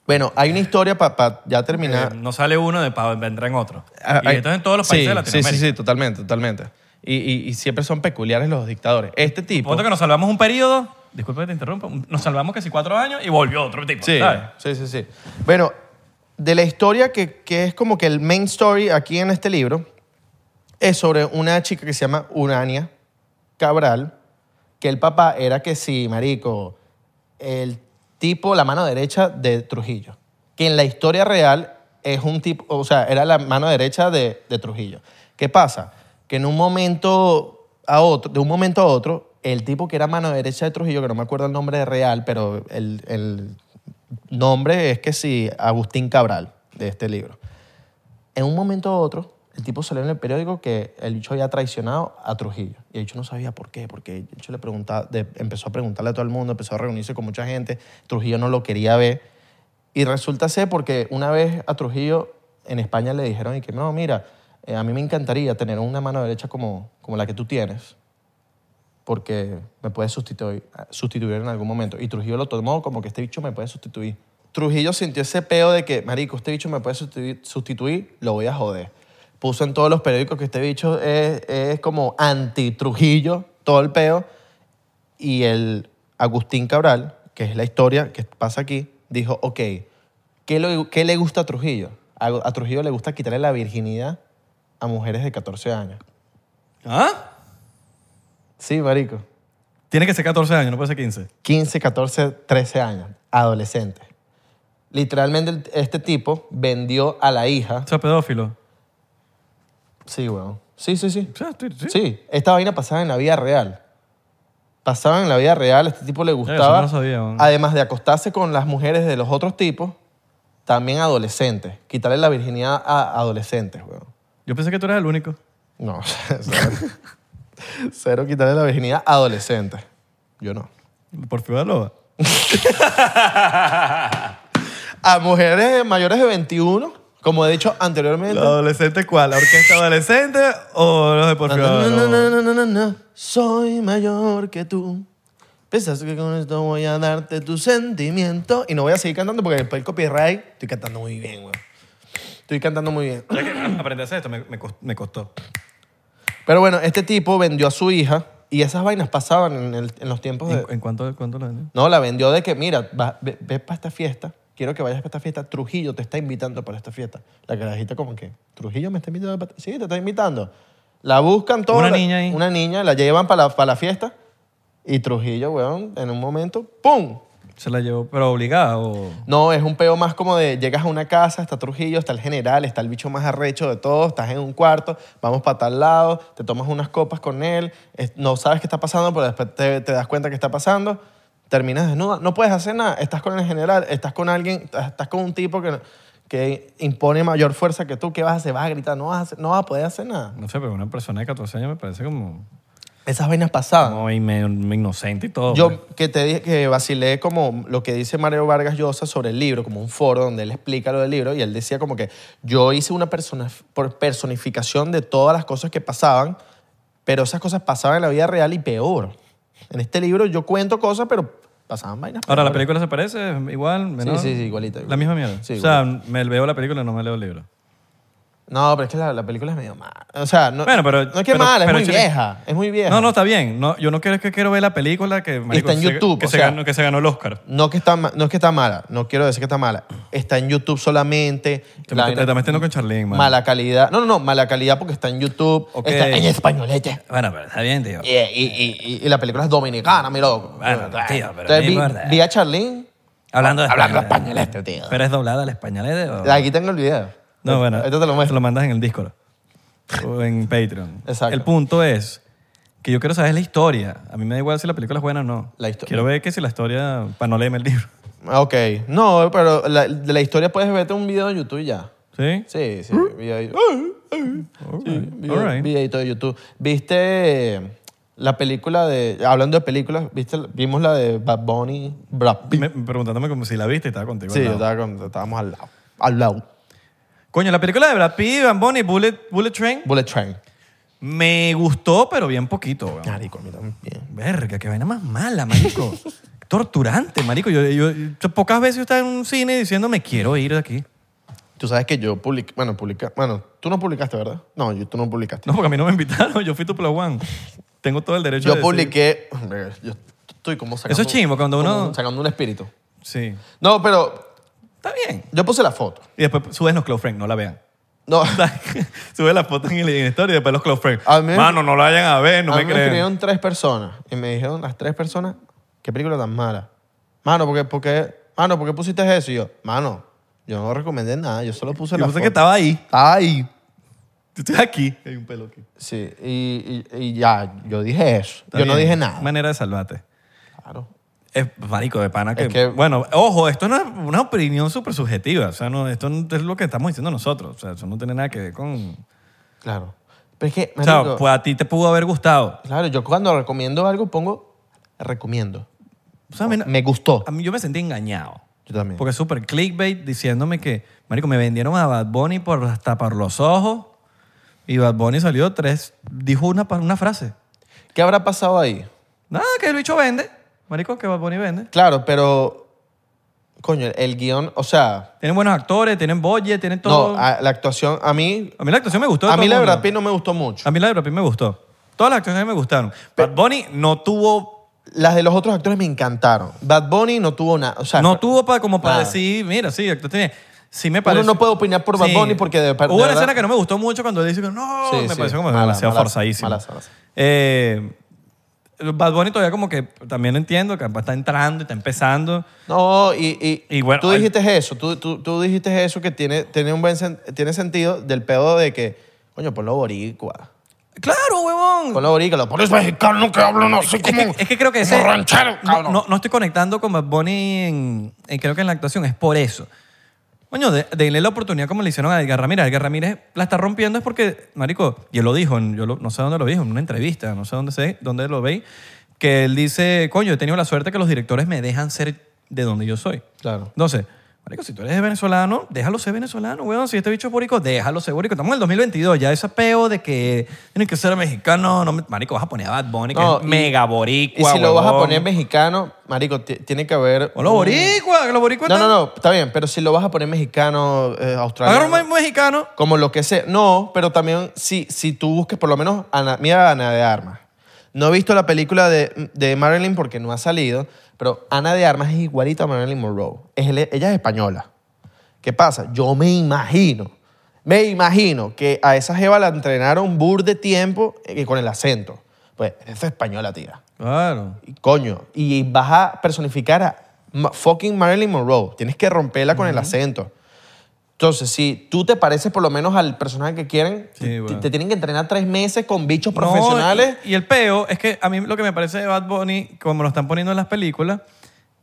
[SPEAKER 1] Bueno, hay una historia para ya terminar.
[SPEAKER 2] Eh, no sale uno de pa, vendrán otros.
[SPEAKER 1] Ah,
[SPEAKER 2] Eh, y
[SPEAKER 1] hay-
[SPEAKER 2] esto es en todos los países
[SPEAKER 1] sí,
[SPEAKER 2] de Latinoamérica.
[SPEAKER 1] Sí, sí, sí, totalmente, totalmente. Y, y- y siempre son peculiares los dictadores. Este tipo...
[SPEAKER 2] Ponte que nos salvamos un periodo, disculpa que te interrumpa, un- nos salvamos casi cuatro años y volvió otro tipo.
[SPEAKER 1] Sí,
[SPEAKER 2] ¿sabes?
[SPEAKER 1] sí, sí, sí. Bueno, de la historia que, que es como que el main story aquí en este libro es sobre una chica que se llama Urania Cabral, que el papá era que sí, marico, el tipo, la mano derecha de Trujillo, que en la historia real es un tipo, o sea, era la mano derecha de, de Trujillo. ¿Qué pasa? Que en un momento a otro, de un momento a otro, el tipo que era mano derecha de Trujillo, que no me acuerdo el nombre real, pero el, el nombre es que sí, Agustín Cabral, de este libro. En un momento u otro, el tipo salió en el periódico que el bicho había traicionado a Trujillo. Y el bicho no sabía por qué, porque el bicho le preguntaba, de- empezó a preguntarle a todo el mundo, empezó a reunirse con mucha gente. Trujillo no lo quería ver. Y resulta ser porque una vez a Trujillo en España le dijeron y que no, mira, eh, a mí me encantaría tener una mano derecha como, como la que tú tienes, porque me puede sustituir, sustituir en algún momento. Y Trujillo lo tomó como que este bicho me puede sustituir. Trujillo sintió ese peo de que, marico, este bicho me puede sustituir, sustituir, lo voy a joder. Puso en todos los periódicos que este bicho es, es como anti-Trujillo, todo el peo. Y el Agustín Cabral, que es la historia que pasa aquí, dijo, ok, ¿qué, lo- qué le gusta a Trujillo? A, a Trujillo le gusta quitarle la virginidad a mujeres de 14 años.
[SPEAKER 2] ¿Ah?
[SPEAKER 1] Sí, marico.
[SPEAKER 2] Tiene que ser 14 años, no puede ser 15.
[SPEAKER 1] 15, 14, 13 años, adolescente. Literalmente el- este tipo vendió a la hija.
[SPEAKER 2] O sea, pedófilo.
[SPEAKER 1] Sí, weón. Sí, sí, sí.
[SPEAKER 2] O sea, tú- sí.
[SPEAKER 1] Sí, esta vaina pasaba en la vida real. Pasaba en la vida real, a este tipo le gustaba.
[SPEAKER 2] no lo sabía, weón.
[SPEAKER 1] además de acostarse con las mujeres de los otros tipos, también adolescentes. Quitarle la virginidad a adolescentes, weón.
[SPEAKER 2] Yo pensé que tú eras el único.
[SPEAKER 1] No, cero, cero quitarle la virginidad a adolescentes. Yo no.
[SPEAKER 2] Por fibra loba.
[SPEAKER 1] A mujeres mayores de 21, como he dicho anteriormente.
[SPEAKER 2] adolescente cuál? ¿La orquesta adolescente o los de por
[SPEAKER 1] No, no, no, no, no, no, no. Soy mayor que tú. Pensaste que con esto voy a darte tu sentimiento. Y no voy a seguir cantando porque después el copyright estoy cantando muy bien, weón. Estoy cantando muy bien.
[SPEAKER 2] Aprendí a hacer esto, me, me cos- me costó.
[SPEAKER 1] Pero bueno, este tipo vendió a su hija y esas vainas pasaban en, el- en los tiempos de...
[SPEAKER 2] ¿En, en cuánto, cuánto la vendió?
[SPEAKER 1] No, la vendió de que, mira, va- ve, para esta fiesta, quiero que vayas para esta fiesta, Trujillo te está invitando para esta fiesta. La carajita como que, Trujillo me está invitando, para... sí, te está invitando. La buscan todos.
[SPEAKER 2] Una
[SPEAKER 1] la-
[SPEAKER 2] niña ahí.
[SPEAKER 1] Una niña, la llevan para la, pa' la fiesta y Trujillo, weón, en un momento, ¡pum!
[SPEAKER 2] ¿Se la llevó, pero obligada o...?
[SPEAKER 1] No, es un peo más como de llegas a una casa, está Trujillo, está el general, está el bicho más arrecho de todos, estás en un cuarto, vamos para tal lado, te tomas unas copas con él, es- no sabes qué está pasando, pero después te, te das cuenta que está pasando, terminas desnuda, no puedes hacer nada, estás con el general, estás con alguien, estás con un tipo que, que impone mayor fuerza que tú, ¿qué vas a hacer? Vas a gritar, no vas a, hacer- no vas a poder hacer nada.
[SPEAKER 2] No sé, pero una persona de 14 años me parece como...
[SPEAKER 1] Esas vainas pasadas.
[SPEAKER 2] Como y medio inocente y todo. pues.
[SPEAKER 1] Ah. Yo que te dije que vacilé como lo que dice Mario Vargas Llosa sobre el libro, como un foro donde él explica lo del libro y él decía como que yo hice una persona, por personificación de todas las cosas que pasaban, pero esas cosas pasaban en la vida real y peor. En este libro yo cuento cosas, pero pasaban vainas.
[SPEAKER 2] Ahora, ¿la
[SPEAKER 1] peores.
[SPEAKER 2] película se parece? ¿Igual? menor?
[SPEAKER 1] sí, sí, igualita,
[SPEAKER 2] La
[SPEAKER 1] igualita.
[SPEAKER 2] misma mierda.
[SPEAKER 1] Sí,
[SPEAKER 2] o sea, me leo la película y no me leo el libro.
[SPEAKER 1] No, pero es que la, la película es medio mala. O sea, no,
[SPEAKER 2] Bueno, pero-
[SPEAKER 1] no es que
[SPEAKER 2] pero-
[SPEAKER 1] mala, es
[SPEAKER 2] pero
[SPEAKER 1] muy
[SPEAKER 2] échale-
[SPEAKER 1] vieja. Es muy vieja.
[SPEAKER 2] No, no, está bien. No, yo no quiero, que quiero ver la película que,
[SPEAKER 1] Está en
[SPEAKER 2] se-
[SPEAKER 1] YouTube,
[SPEAKER 2] que,
[SPEAKER 1] o
[SPEAKER 2] se
[SPEAKER 1] sea.
[SPEAKER 2] ganó, que se ganó el Oscar.
[SPEAKER 1] No, que está, ma- no es que está mala, no quiero decir que está mala. Está en YouTube solamente.
[SPEAKER 2] Te
[SPEAKER 1] la
[SPEAKER 2] metes-
[SPEAKER 1] vaina-
[SPEAKER 2] te metes con Charlene, mano.
[SPEAKER 1] Mala calidad. No, no, no, mala calidad porque está en YouTube.
[SPEAKER 2] Ok.
[SPEAKER 1] Está en españolete.
[SPEAKER 2] Bueno, pero está bien, tío.
[SPEAKER 1] Y, y- y- y- y la película es dominicana, mi loco.
[SPEAKER 2] Bueno, tío, pero
[SPEAKER 1] Entonces
[SPEAKER 2] no
[SPEAKER 1] vi,
[SPEAKER 2] importa.
[SPEAKER 1] vi a Charlene
[SPEAKER 2] Hablando de
[SPEAKER 1] hablando
[SPEAKER 2] español.
[SPEAKER 1] españolete, tío.
[SPEAKER 2] Pero es doblada al españolete. ¿o?
[SPEAKER 1] Aquí tengo el video.
[SPEAKER 2] No, bueno.
[SPEAKER 1] Esto te lo muestro.
[SPEAKER 2] mandas en el Discord o en Patreon.
[SPEAKER 1] Exacto.
[SPEAKER 2] El punto es que yo quiero saber la historia. A mí me da igual si la película es buena o no.
[SPEAKER 1] La histo-
[SPEAKER 2] Quiero ver que si la historia, para no leerme el libro.
[SPEAKER 1] Ok. No, pero la, de la historia puedes verte un video en YouTube y ya.
[SPEAKER 2] ¿Sí?
[SPEAKER 1] Sí, sí. vi ahí. Sí,
[SPEAKER 2] All
[SPEAKER 1] vi-
[SPEAKER 2] right, ¿Mm? Ah, all right.
[SPEAKER 1] videito de YouTube. ¿Viste eh, la película de. Hablando de películas, ¿viste, vimos la de Bad Bunny, Brad Pitt?
[SPEAKER 2] Me- preguntándome como si la viste y estaba contigo.
[SPEAKER 1] Sí,
[SPEAKER 2] al
[SPEAKER 1] yo
[SPEAKER 2] lado.
[SPEAKER 1] estaba con- estábamos al lado. Al lado.
[SPEAKER 2] Coño, la película de Brad Pitt, Van Bonnie, Bullet, Bullet Train,
[SPEAKER 1] Bullet Train.
[SPEAKER 2] me gustó, pero bien poquito. weón.
[SPEAKER 1] Marico, a mí también.
[SPEAKER 2] Verga, qué vaina más mala, marico. Torturante, marico. Yo, yo- yo- pocas veces yo estaba en un cine diciendo me quiero ir de aquí.
[SPEAKER 1] Tú sabes que yo publiqué. Bueno, publica, bueno, tú no publicaste, ¿verdad? No, yo- tú no publicaste.
[SPEAKER 2] No, porque a mí no me invitaron. Yo fui tu plus one. Tengo todo el derecho
[SPEAKER 1] yo
[SPEAKER 2] de decir-
[SPEAKER 1] publiqué. hombre, yo estoy como sacando.
[SPEAKER 2] Eso es chimbo, cuando
[SPEAKER 1] como
[SPEAKER 2] uno-
[SPEAKER 1] Sacando un espíritu.
[SPEAKER 2] Sí.
[SPEAKER 1] No, pero
[SPEAKER 2] Está bien.
[SPEAKER 1] yo puse la foto.
[SPEAKER 2] Y después suben los close friends, no la vean.
[SPEAKER 1] No.
[SPEAKER 2] Sube la foto en el en la historia y después los close friends.
[SPEAKER 1] A mí-
[SPEAKER 2] Mano, no la vayan a ver, no
[SPEAKER 1] a
[SPEAKER 2] me
[SPEAKER 1] mí me
[SPEAKER 2] creen.
[SPEAKER 1] escribieron tres personas y me dijeron las tres personas, qué película tan mala. Mano, ¿por qué, por qué- mano, ¿por qué pusiste eso? Y yo, mano, yo no recomendé nada, yo solo puse
[SPEAKER 2] Yo
[SPEAKER 1] la
[SPEAKER 2] pensé
[SPEAKER 1] foto.
[SPEAKER 2] que estaba ahí.
[SPEAKER 1] Estaba ahí.
[SPEAKER 2] Yo estoy aquí. Hay un pelo aquí.
[SPEAKER 1] Sí, y, y- y ya, yo dije eso.
[SPEAKER 2] Está
[SPEAKER 1] yo no
[SPEAKER 2] bien.
[SPEAKER 1] dije nada.
[SPEAKER 2] Manera de salvarte.
[SPEAKER 1] Claro.
[SPEAKER 2] Es marico de pana que,
[SPEAKER 1] Es que-
[SPEAKER 2] Bueno, ojo, esto no es una opinión súper subjetiva. O sea, no, esto no es lo que estamos diciendo nosotros. O sea, eso no tiene nada que ver con...
[SPEAKER 1] Claro. Pero es que,
[SPEAKER 2] O sea,
[SPEAKER 1] marico,
[SPEAKER 2] pues a ti te pudo haber gustado.
[SPEAKER 1] claro, yo cuando recomiendo algo pongo, recomiendo.
[SPEAKER 2] O sea, a mí no-
[SPEAKER 1] Me gustó.
[SPEAKER 2] a mí yo me sentí engañado.
[SPEAKER 1] Yo también.
[SPEAKER 2] Porque es súper clickbait diciéndome que, marico, me vendieron a Bad Bunny por, hasta por los ojos. Y Bad Bunny salió tres, dijo una, pa- una frase.
[SPEAKER 1] ¿Qué habrá pasado ahí?
[SPEAKER 2] Nada, que el bicho vende. Marico, que Bad Bunny vende.
[SPEAKER 1] Claro, pero, coño, el guión, o sea,
[SPEAKER 2] Tienen buenos actores, tienen budget, tienen todo.
[SPEAKER 1] no,
[SPEAKER 2] a,
[SPEAKER 1] a- la actuación, a mí,
[SPEAKER 2] mí la actuación me gustó. de
[SPEAKER 1] a
[SPEAKER 2] todo
[SPEAKER 1] mí
[SPEAKER 2] el
[SPEAKER 1] la de
[SPEAKER 2] mundo.
[SPEAKER 1] Brad Pitt no me gustó mucho.
[SPEAKER 2] A mí la de Brad Pitt me gustó. Todas las actuaciones me gustaron. Bad Bunny no tuvo,
[SPEAKER 1] Las de los otros actores me encantaron. Bad Bunny no tuvo nada. O sea,
[SPEAKER 2] no tuvo pa- como para
[SPEAKER 1] nada.
[SPEAKER 2] decir, mira, sí, actuación. Sí me parece.
[SPEAKER 1] Ah. no puede opinar por Bad Bunny porque de- de
[SPEAKER 2] Hubo una
[SPEAKER 1] verdad-
[SPEAKER 2] escena que no me gustó mucho cuando él dice que no,
[SPEAKER 1] Sí,
[SPEAKER 2] me
[SPEAKER 1] sí.
[SPEAKER 2] pareció como
[SPEAKER 1] Mala,
[SPEAKER 2] demasiado
[SPEAKER 1] mala,
[SPEAKER 2] forzadísimo.
[SPEAKER 1] mala, mala.
[SPEAKER 2] Eh, Bad Bunny todavía como que también entiendo que está entrando y está empezando.
[SPEAKER 1] No, y, y,
[SPEAKER 2] Y bueno,
[SPEAKER 1] tú
[SPEAKER 2] hay-
[SPEAKER 1] dijiste eso, tú, tú, tú dijiste eso que tiene, tiene un buen sen- tiene sentido del pedo de que, coño, ponlo boricua.
[SPEAKER 2] ¡Claro, huevón!
[SPEAKER 1] Ponlo boricua, lo pones mexicano que hablan así como,
[SPEAKER 2] Es que, es que creo que
[SPEAKER 1] como
[SPEAKER 2] ese,
[SPEAKER 1] ranchero,
[SPEAKER 2] no,
[SPEAKER 1] cabrón.
[SPEAKER 2] no- no estoy conectando con Bad Bunny en, en- creo que en la actuación, es por eso. Coño, de- denle la oportunidad como le hicieron a Edgar Ramírez. Edgar Ramírez la está rompiendo es porque, marico, y él lo dijo, en- yo lo- no sé dónde lo dijo, en una entrevista, no sé dónde, sé, dónde lo veis, que él dice, coño, he tenido la suerte que los directores me dejan ser de donde yo soy.
[SPEAKER 1] Claro.
[SPEAKER 2] Entonces, marico, si tú eres venezolano, déjalo ser venezolano, weón. Si este bicho es borico, déjalo ser borico. Estamos en el 2022, ya ese peo de que tienen que ser mexicano. No, me- marico, vas a poner a Bad Bunny, que
[SPEAKER 1] No,
[SPEAKER 2] es
[SPEAKER 1] y-
[SPEAKER 2] mega boricua,
[SPEAKER 1] Y si lo vas a
[SPEAKER 2] huevón.
[SPEAKER 1] poner mexicano, marico, ti- tiene que haber...
[SPEAKER 2] O los boricuas, que los boricuas
[SPEAKER 1] No, no,
[SPEAKER 2] están-
[SPEAKER 1] no, está bien, pero si lo vas a poner mexicano, eh,
[SPEAKER 2] Agarra
[SPEAKER 1] australiano...
[SPEAKER 2] un me- mexicano.
[SPEAKER 1] como lo que sea. No, pero también si, si tú busques, por lo menos, Ana- mira Ana de Armas. No he visto la película de, de Marilyn porque no ha salido, pero Ana de Armas es igualita a Marilyn Monroe. Es el- ella es española. ¿Qué pasa? Yo me imagino, me imagino que a esa jeva la entrenaron bur de tiempo eh, con el acento. Pues, esa es española, tía.
[SPEAKER 2] Claro.
[SPEAKER 1] Y Coño, y vas a personificar a ma- fucking Marilyn Monroe. Tienes que romperla con el acento. Entonces, si tú te pareces por lo menos al personaje que quieren,
[SPEAKER 2] Sí,
[SPEAKER 1] te-
[SPEAKER 2] bueno.
[SPEAKER 1] te, tienen que entrenar tres meses con bichos profesionales.
[SPEAKER 2] No, y, y el peo es que a mí lo que me parece de Bad Bunny, como lo están poniendo en las películas,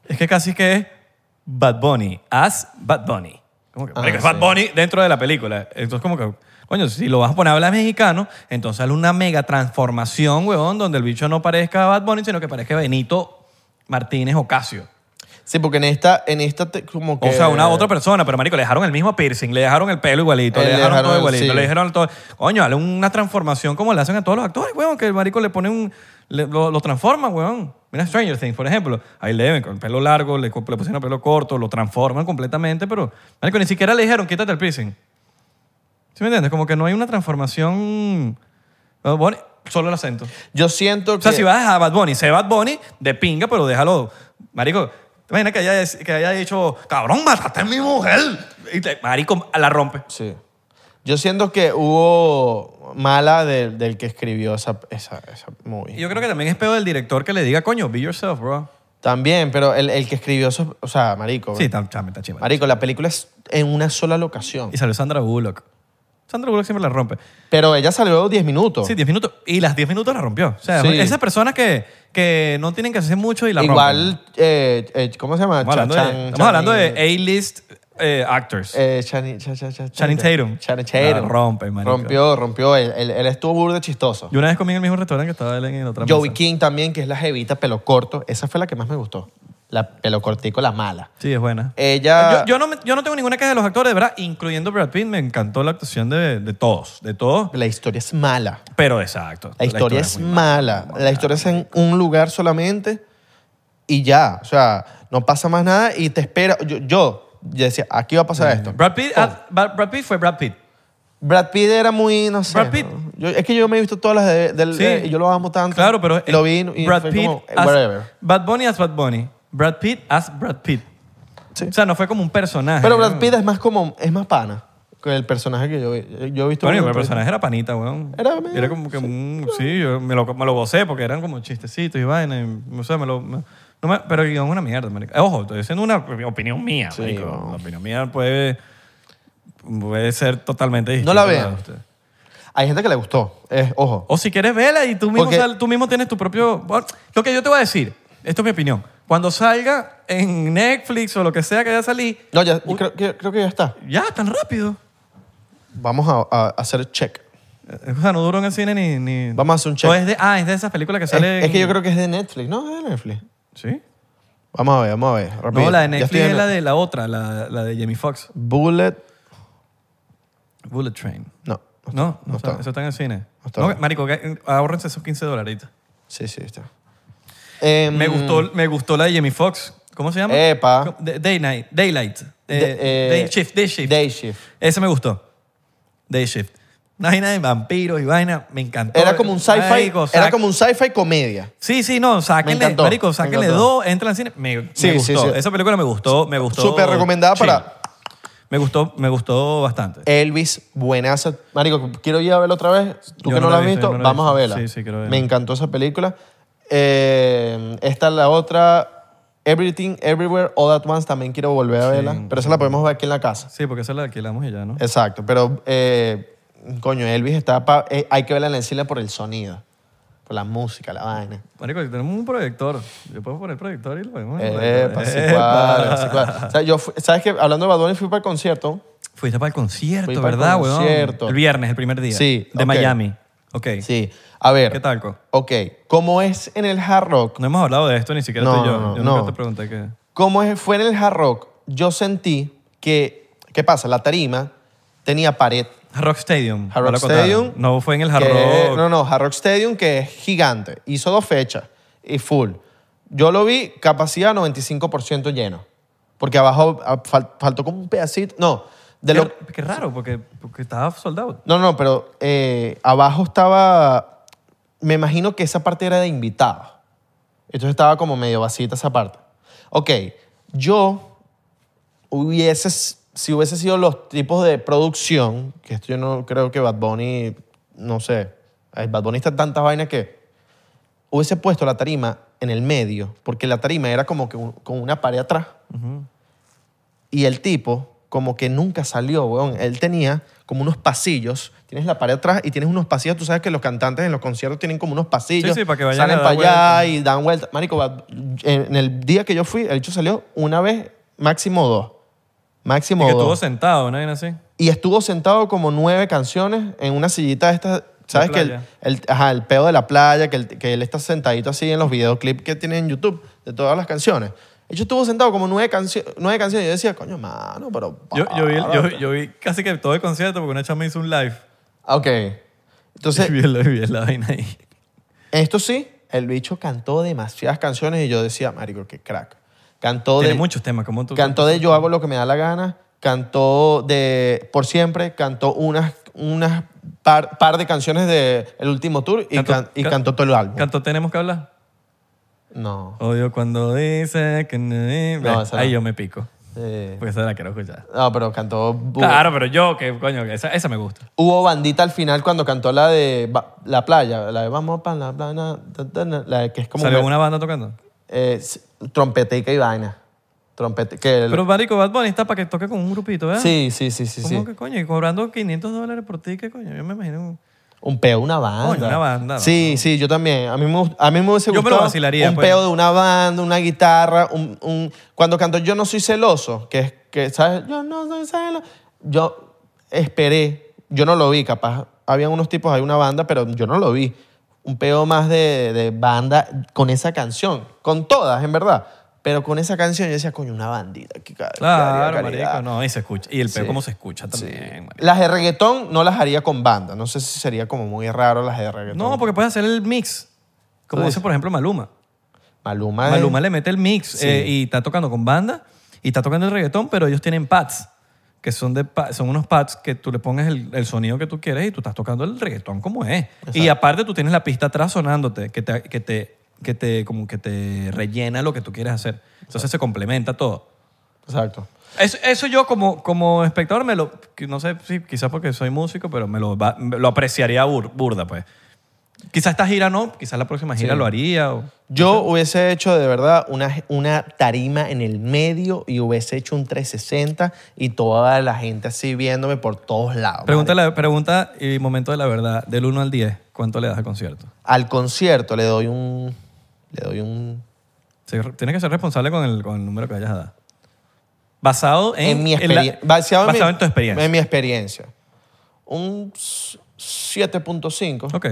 [SPEAKER 2] es que casi que es Bad Bunny, as Bad Bunny. Como que,
[SPEAKER 1] Ah,
[SPEAKER 2] marico, es
[SPEAKER 1] sí.
[SPEAKER 2] Bad Bunny dentro de la película. Entonces, como que, coño, si lo vas a poner a hablar mexicano, entonces haz una mega transformación, huevón, donde el bicho no parezca Bad Bunny, sino que parezca Benito Martínez Ocasio.
[SPEAKER 1] Sí, porque en esta, en esta te- como que...
[SPEAKER 2] O sea, una otra persona, pero marico, le dejaron el mismo piercing, le dejaron el pelo igualito,
[SPEAKER 1] Eh,
[SPEAKER 2] le
[SPEAKER 1] le
[SPEAKER 2] dejaron,
[SPEAKER 1] dejaron
[SPEAKER 2] todo
[SPEAKER 1] el-
[SPEAKER 2] igualito,
[SPEAKER 1] sí.
[SPEAKER 2] le dejaron todo. Coño, dale una transformación como le hacen a todos los actores, weón, que el marico le pone un... le- lo, lo transforman, weón. Mira Stranger Things, por ejemplo. Ahí le ven con el pelo largo, le, co- le pusieron el pelo corto, lo transforman completamente, pero marico, ni siquiera le dijeron, quítate el piercing. ¿Sí me entiendes? Como que no hay una transformación. Bad Bunny, solo el acento.
[SPEAKER 1] Yo siento que.
[SPEAKER 2] O sea, si vas a Bad Bunny, sé Bad Bunny de pinga, pero déjalo. Marico, ¿te imaginas que haya, que haya dicho, cabrón, mataste a mi mujer? Y te- marico, la rompe.
[SPEAKER 1] Sí. Yo siento que hubo mala del- del que escribió esa, esa, esa movie.
[SPEAKER 2] Y yo creo que también es peor del director que le diga, coño, be yourself, bro.
[SPEAKER 1] También, pero el, el que escribió eso, o sea, marico.
[SPEAKER 2] Sí, está, está, está chiva.
[SPEAKER 1] Marico, la película es en una sola locación.
[SPEAKER 2] Y salió Sandra Bullock. Sandra Bullock siempre la rompe.
[SPEAKER 1] Pero ella salió 10 minutos.
[SPEAKER 2] Sí, 10 minutos. Y las 10 minutos la rompió. O sea,
[SPEAKER 1] Sí.
[SPEAKER 2] esas personas que, que no tienen que hacer mucho y la rompen.
[SPEAKER 1] Igual, eh, eh, ¿cómo se llama?
[SPEAKER 2] Estamos
[SPEAKER 1] Cha-
[SPEAKER 2] hablando
[SPEAKER 1] Chan-
[SPEAKER 2] de, estamos
[SPEAKER 1] Channing-
[SPEAKER 2] hablando de A-list eh, actors.
[SPEAKER 1] eh, Channing cha- cha- cha-
[SPEAKER 2] Channing Tatum.
[SPEAKER 1] Channing Tatum.
[SPEAKER 2] La rompe, marico.
[SPEAKER 1] Rompió, rompió. Él, él- él estuvo burde chistoso.
[SPEAKER 2] Yo una vez comí en el mismo restaurante que estaba él en otra mesa.
[SPEAKER 1] Joey King también, que es la jevita pelo corto. Esa fue la que más me gustó. La pelo cortico, la mala.
[SPEAKER 2] Sí, es buena. Yo,
[SPEAKER 1] Ella...
[SPEAKER 2] yo no me- yo no tengo ninguna queja de los actores, de verdad, incluyendo Brad Pitt. Me encantó la actuación de, de todos, de todos.
[SPEAKER 1] La historia es mala.
[SPEAKER 2] Pero exacto.
[SPEAKER 1] La historia es
[SPEAKER 2] muy
[SPEAKER 1] mala. La historia es en un lugar solamente y ya. O sea, no pasa más nada y te espera. Yo, yo decía, aquí va a pasar esto.
[SPEAKER 2] Brad Pitt, ah, Brad Brad Pitt fue Brad Pitt.
[SPEAKER 1] Brad Pitt era muy, no sé.
[SPEAKER 2] Brad Pitt.
[SPEAKER 1] Yo- es que yo me he visto todas las de, del-
[SPEAKER 2] Sí.
[SPEAKER 1] de- y yo lo amo tanto.
[SPEAKER 2] Claro, pero eh,
[SPEAKER 1] Lo vi y
[SPEAKER 2] Brad
[SPEAKER 1] fue
[SPEAKER 2] Pitt
[SPEAKER 1] como,
[SPEAKER 2] as-
[SPEAKER 1] whatever.
[SPEAKER 2] Bad Bunny as Bad Bunny. Brad Pitt as Brad Pitt.
[SPEAKER 1] Sí.
[SPEAKER 2] O sea, no fue como un personaje.
[SPEAKER 1] Pero Brad Pitt es más como, es más pana que el personaje que yo, vi- yo he visto.
[SPEAKER 2] Coño, pero el
[SPEAKER 1] mucho.
[SPEAKER 2] personaje era panita, weón.
[SPEAKER 1] Era-
[SPEAKER 2] como que, mm, sí, yo me lo, me lo gocé porque eran como chistecitos y vaina. y, o sea, me lo... me- no me- pero el guión es una mierda, marico. Eh, Ojo, estoy diciendo una opinión mía,
[SPEAKER 1] Sí,
[SPEAKER 2] marico.
[SPEAKER 1] weón.
[SPEAKER 2] La opinión mía puede, puede ser totalmente distinta.
[SPEAKER 1] No la
[SPEAKER 2] a
[SPEAKER 1] vean.
[SPEAKER 2] de ustedes.
[SPEAKER 1] Hay gente que le gustó. Es, ojo.
[SPEAKER 2] O si quieres, vela y tú mismo,
[SPEAKER 1] Porque-
[SPEAKER 2] sal- tú mismo tienes tu propio... Bueno, Lo que yo te voy a decir, esto es mi opinión. Cuando salga en Netflix o lo que sea que ya salí,
[SPEAKER 1] No, ya, yo creo, que- creo que ya está.
[SPEAKER 2] ya, tan rápido.
[SPEAKER 1] Vamos a, a hacer check.
[SPEAKER 2] Eh, O sea, no duró en el cine ni... ni-
[SPEAKER 1] Vamos a hacer un check.
[SPEAKER 2] O es de, ah, es de esas películas que
[SPEAKER 1] Es,
[SPEAKER 2] salen...
[SPEAKER 1] es que yo creo que es de Netflix. No, es de Netflix.
[SPEAKER 2] ¿Sí?
[SPEAKER 1] Vamos a ver, vamos a ver. Rápido.
[SPEAKER 2] No, la de
[SPEAKER 1] Ya estoy
[SPEAKER 2] Netflix
[SPEAKER 1] en
[SPEAKER 2] es la de la otra, la, la de Jamie Foxx.
[SPEAKER 1] Bullet.
[SPEAKER 2] Bullet Train.
[SPEAKER 1] No.
[SPEAKER 2] No, no,
[SPEAKER 1] no
[SPEAKER 2] está-
[SPEAKER 1] está.
[SPEAKER 2] eso está en el cine.
[SPEAKER 1] está.
[SPEAKER 2] No, marico, que- ahórrense esos 15 dolaritos.
[SPEAKER 1] Sí, sí, está. Em,
[SPEAKER 2] Me, gustó, me gustó la de Jamie Foxx. ¿Cómo se llama?
[SPEAKER 1] Epa.
[SPEAKER 2] De- Day Night, Daylight. Eh,
[SPEAKER 1] de- eh,
[SPEAKER 2] Day Shift, Day Shift.
[SPEAKER 1] Day Shift.
[SPEAKER 2] Ese me gustó. Day Shift. Una vaina de vampiros y vaina, me encantó.
[SPEAKER 1] Era como un sci-fi.
[SPEAKER 2] Marico,
[SPEAKER 1] Era
[SPEAKER 2] sac-
[SPEAKER 1] como un sci-fi comedia.
[SPEAKER 2] Sí, sí, no,
[SPEAKER 1] Me
[SPEAKER 2] sáquenle,
[SPEAKER 1] encantó,
[SPEAKER 2] marico,
[SPEAKER 1] me
[SPEAKER 2] sáquenle
[SPEAKER 1] encantó.
[SPEAKER 2] dos, entran al cine. Me,
[SPEAKER 1] Sí,
[SPEAKER 2] me
[SPEAKER 1] sí,
[SPEAKER 2] gustó.
[SPEAKER 1] sí.
[SPEAKER 2] Esa película me gustó, me gustó.
[SPEAKER 1] Súper recomendada
[SPEAKER 2] Sí.
[SPEAKER 1] para-
[SPEAKER 2] Me gustó, me gustó bastante.
[SPEAKER 1] Elvis, buenazo. Marico, quiero ir a verla otra vez. Tú
[SPEAKER 2] Yo
[SPEAKER 1] que no,
[SPEAKER 2] no la
[SPEAKER 1] la
[SPEAKER 2] he
[SPEAKER 1] has
[SPEAKER 2] visto,
[SPEAKER 1] visto,
[SPEAKER 2] yo no la he
[SPEAKER 1] vamos a
[SPEAKER 2] visto.
[SPEAKER 1] verla.
[SPEAKER 2] Sí, sí, quiero verla.
[SPEAKER 1] Me encantó esa película. Eh, esta es la otra. Everything, Everywhere, All At Once. También quiero volver a verla. Pero esa la podemos ver aquí en la casa.
[SPEAKER 2] Sí, porque esa la alquilamos y ya, ¿no?
[SPEAKER 1] Exacto. Pero, eh, coño, Elvis está pa- eh, hay que verla en el cine por el sonido. Por la música, la vaina.
[SPEAKER 2] Marico, si tenemos un proyector. Yo puedo poner el proyector y lo vemos. en el
[SPEAKER 1] Epa,
[SPEAKER 2] proyector.
[SPEAKER 1] sí,
[SPEAKER 2] Epa.
[SPEAKER 1] claro, sí, claro. O sea, yo fui- ¿Sabes qué? Hablando de Bad Bunny, fui para el concierto.
[SPEAKER 2] Fuiste para el concierto,
[SPEAKER 1] Fui para el
[SPEAKER 2] ¿verdad, weón?
[SPEAKER 1] concierto.
[SPEAKER 2] El viernes, el primer día.
[SPEAKER 1] Sí,
[SPEAKER 2] De
[SPEAKER 1] ok.
[SPEAKER 2] Miami. Ok.
[SPEAKER 1] Sí. A ver.
[SPEAKER 2] ¿Qué tal, Co?
[SPEAKER 1] Ok. ¿Cómo es en el Hard Rock?
[SPEAKER 2] No hemos hablado de esto ni siquiera
[SPEAKER 1] No,
[SPEAKER 2] tú y yo.
[SPEAKER 1] no, no,
[SPEAKER 2] yo nunca
[SPEAKER 1] no.
[SPEAKER 2] te pregunté qué.
[SPEAKER 1] ¿Cómo es- fue en el Hard Rock? Yo sentí que... ¿Qué pasa? La tarima tenía pared.
[SPEAKER 2] Hard Rock Stadium.
[SPEAKER 1] Hard
[SPEAKER 2] me
[SPEAKER 1] Rock
[SPEAKER 2] lo contaron.
[SPEAKER 1] Stadium.
[SPEAKER 2] No fue en el Hard
[SPEAKER 1] que-
[SPEAKER 2] Rock.
[SPEAKER 1] No, no. Hard Rock Stadium que es gigante. Hizo dos fechas y full. Yo lo vi capacidad 95% lleno. Porque abajo ah, fal- faltó como un pedacito. No. De lo,
[SPEAKER 2] qué, qué raro, porque, porque estaba soldado.
[SPEAKER 1] No, no, pero eh, abajo estaba. Me imagino que esa parte era de invitados. Entonces estaba como medio vacita esa parte. Ok, yo hubiese. Si hubiese sido los tipos de producción, que esto yo no creo que Bad Bunny. No sé. ay, Bad Bunny está en tantas vainas que. Hubiese puesto la tarima en el medio, porque la tarima era como que un- con una pared atrás. Y el tipo, como que nunca salió, weón. Él tenía como unos pasillos. Tienes la pared atrás y tienes unos pasillos. Tú sabes que los cantantes en los conciertos tienen como unos pasillos.
[SPEAKER 2] Sí, sí, para que vayan
[SPEAKER 1] Salen
[SPEAKER 2] a
[SPEAKER 1] para
[SPEAKER 2] dar
[SPEAKER 1] allá
[SPEAKER 2] vueltas.
[SPEAKER 1] y dan vueltas. Marico, va- en el día que yo fui, el hecho salió una vez, máximo dos.
[SPEAKER 2] Y
[SPEAKER 1] Máximo
[SPEAKER 2] que estuvo
[SPEAKER 1] dos.
[SPEAKER 2] sentado, ¿no? Era así.
[SPEAKER 1] y estuvo sentado como nueve canciones en una sillita de estas. ¿Sabes que el,
[SPEAKER 2] playa.
[SPEAKER 1] el- ajá, el peo de la playa, que, el- que él está sentadito así en los videoclips que tiene en YouTube de todas las canciones? El hecho estuvo sentado como nueve, cancio- nueve canciones. Yo decía, coño, mano, pero.
[SPEAKER 2] Yo, yo, vi, el- yo,
[SPEAKER 1] párate".
[SPEAKER 2] yo vi casi que todo el concierto porque una chama hizo un live.
[SPEAKER 1] Ok. Entonces,
[SPEAKER 2] Y vi, el- vi la vaina ahí.
[SPEAKER 1] esto sí, el bicho cantó demasiadas canciones y yo decía, marico, qué crack. Cantó
[SPEAKER 2] Tiene
[SPEAKER 1] de,
[SPEAKER 2] muchos temas. ¿Cómo tú?
[SPEAKER 1] cantó de Yo hago lo que me da la gana, cantó de Por siempre, cantó unas, unas par, par de canciones del último tour y,
[SPEAKER 2] Cantó-
[SPEAKER 1] can- y
[SPEAKER 2] ca-
[SPEAKER 1] cantó todo el álbum.
[SPEAKER 2] ¿Canto tenemos que hablar?
[SPEAKER 1] no.
[SPEAKER 2] Odio cuando dice que... eh,
[SPEAKER 1] No, esa no.
[SPEAKER 2] Ahí yo me pico.
[SPEAKER 1] Eh,
[SPEAKER 2] Porque esa la quiero escuchar.
[SPEAKER 1] no, pero cantó... bu-
[SPEAKER 2] Pues Claro, pero yo, que coño, que esa, esa me gusta.
[SPEAKER 1] Hubo bandita al final cuando cantó la de ba- La Playa, la de Vamos para la playa, ta, ta, na, la que es como...
[SPEAKER 2] ¿Salió
[SPEAKER 1] un-
[SPEAKER 2] una banda tocando?
[SPEAKER 1] eh, s- trompetica y vaina. Trompete, que el-
[SPEAKER 2] Pero Marico Bad Bunny está para que toque con un grupito, ¿verdad?
[SPEAKER 1] sí, sí, sí, sí.
[SPEAKER 2] ¿Cómo
[SPEAKER 1] sí.
[SPEAKER 2] que coño? Y cobrando 500 dólares por ti, ¿qué coño? Yo me imagino... un-
[SPEAKER 1] Un peo de una banda.
[SPEAKER 2] Coño, una banda, no,
[SPEAKER 1] Sí, sí, yo también. A mí me, gust- a mí me hubiese
[SPEAKER 2] Yo me lo
[SPEAKER 1] gustado
[SPEAKER 2] vacilaría,
[SPEAKER 1] un
[SPEAKER 2] pues.
[SPEAKER 1] peo de una banda, una guitarra, un, un- Cuando canto Yo no soy celoso, que es que, ¿sabes? Yo no soy celoso. Yo esperé, yo no lo vi, capaz. Habían unos tipos, hay una banda, pero yo no lo vi. Un peo más de, de banda con esa canción, con todas, en verdad. Pero con esa canción yo decía, coño, una bandita. Que ca-
[SPEAKER 2] Claro,
[SPEAKER 1] caridad, caridad.
[SPEAKER 2] marico, no, y se escucha. Y el peo
[SPEAKER 1] Sí.
[SPEAKER 2] cómo se escucha
[SPEAKER 1] Sí.
[SPEAKER 2] también, marico.
[SPEAKER 1] Las de reggaetón no las haría con banda. No sé si sería como muy raro las de reggaetón.
[SPEAKER 2] No, porque puedes hacer el mix. Como
[SPEAKER 1] Entonces-
[SPEAKER 2] hace, por ejemplo, Maluma.
[SPEAKER 1] Maluma. es-
[SPEAKER 2] Maluma le mete el mix
[SPEAKER 1] Sí.
[SPEAKER 2] eh, y está tocando con banda y está tocando el reggaetón, pero ellos tienen pads, que son, de pa- son unos pads que tú le pones el, el sonido que tú quieres y tú estás tocando el reggaetón como es. Y aparte tú tienes la pista atrás sonándote, que te, que te, que te, como que te rellena lo que tú quieres hacer. Entonces se complementa todo.
[SPEAKER 1] Exacto.
[SPEAKER 2] Eso, eso yo como, como espectador me lo, que no sé si quizás porque soy músico, pero me lo, va- me lo apreciaría bur- burda, pues. Quizás esta gira no, quizás la próxima gira
[SPEAKER 1] Sí.
[SPEAKER 2] lo haría. o-
[SPEAKER 1] Yo hubiese hecho de verdad una, una tarima en el medio y hubiese hecho un 360 y toda la gente así viéndome por todos lados.
[SPEAKER 2] Pregunta,
[SPEAKER 1] madre.
[SPEAKER 2] la, pregunta y momento de la verdad, del 1 al 10, ¿cuánto le das al concierto?
[SPEAKER 1] Al concierto le doy un. Le doy un.
[SPEAKER 2] Sí, re- Tienes que ser responsable con el, con el número que vayas a dar. Basado en,
[SPEAKER 1] En mi
[SPEAKER 2] la-
[SPEAKER 1] experiencia. Basado, en mi-
[SPEAKER 2] basado en tu experiencia.
[SPEAKER 1] En mi experiencia. Un s- 7.5.
[SPEAKER 2] Ok,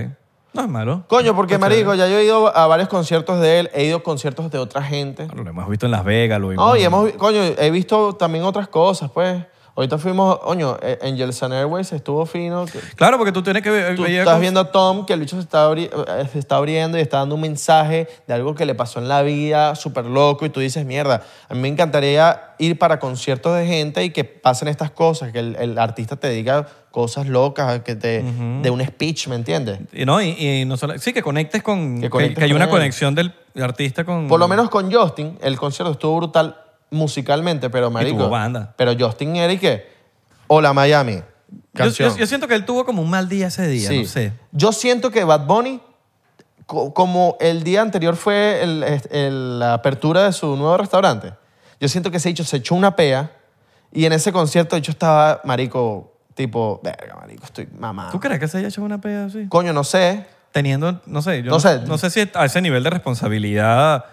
[SPEAKER 2] no es malo.
[SPEAKER 1] Coño, porque
[SPEAKER 2] Está
[SPEAKER 1] marico, ya yo he ido a varios conciertos de él, he ido a conciertos de otra gente.
[SPEAKER 2] chévere. Lo hemos visto en Las Vegas, lo vimos.
[SPEAKER 1] No, y hemos, vi- coño, he visto también otras cosas, pues. Ahorita fuimos, coño, eh, en Jelsan Airways estuvo fino. que-
[SPEAKER 2] Claro, porque tú tienes que ver...
[SPEAKER 1] Tú
[SPEAKER 2] veía
[SPEAKER 1] estás
[SPEAKER 2] con-
[SPEAKER 1] viendo a Tom que el bicho se está, abri- eh, se está abriendo y está dando un mensaje de algo que le pasó en la vida, súper loco, y tú dices, mierda, a mí me encantaría ir para conciertos de gente y que pasen estas cosas, que el, el artista te diga cosas locas, que te de un speech, ¿me entiendes?
[SPEAKER 2] Y no, y, y no solo- sí, que conectes con...
[SPEAKER 1] Que
[SPEAKER 2] Que,
[SPEAKER 1] conectes
[SPEAKER 2] que hay
[SPEAKER 1] con
[SPEAKER 2] una
[SPEAKER 1] él.
[SPEAKER 2] conexión del artista con...
[SPEAKER 1] Por lo menos con Justin, el concierto estuvo brutal musicalmente, pero marico.
[SPEAKER 2] tuvo banda.
[SPEAKER 1] Pero Justin era y que. Hola Miami.
[SPEAKER 2] Yo,
[SPEAKER 1] Canción.
[SPEAKER 2] yo- yo siento que él tuvo como un mal día ese día,
[SPEAKER 1] Sí.
[SPEAKER 2] no sé.
[SPEAKER 1] Yo siento que Bad Bunny, co- como el día anterior fue el- el- la apertura de su nuevo restaurante, yo siento que ese dicho se echó una pea y en ese concierto yo estaba, marico, tipo, verga, marico, estoy mamá.
[SPEAKER 2] ¿Tú crees que se haya hecho una peda así?
[SPEAKER 1] Coño, no sé.
[SPEAKER 2] teniendo, no sé, yo
[SPEAKER 1] No
[SPEAKER 2] no,
[SPEAKER 1] sé.
[SPEAKER 2] no sé si a ese nivel de responsabilidad,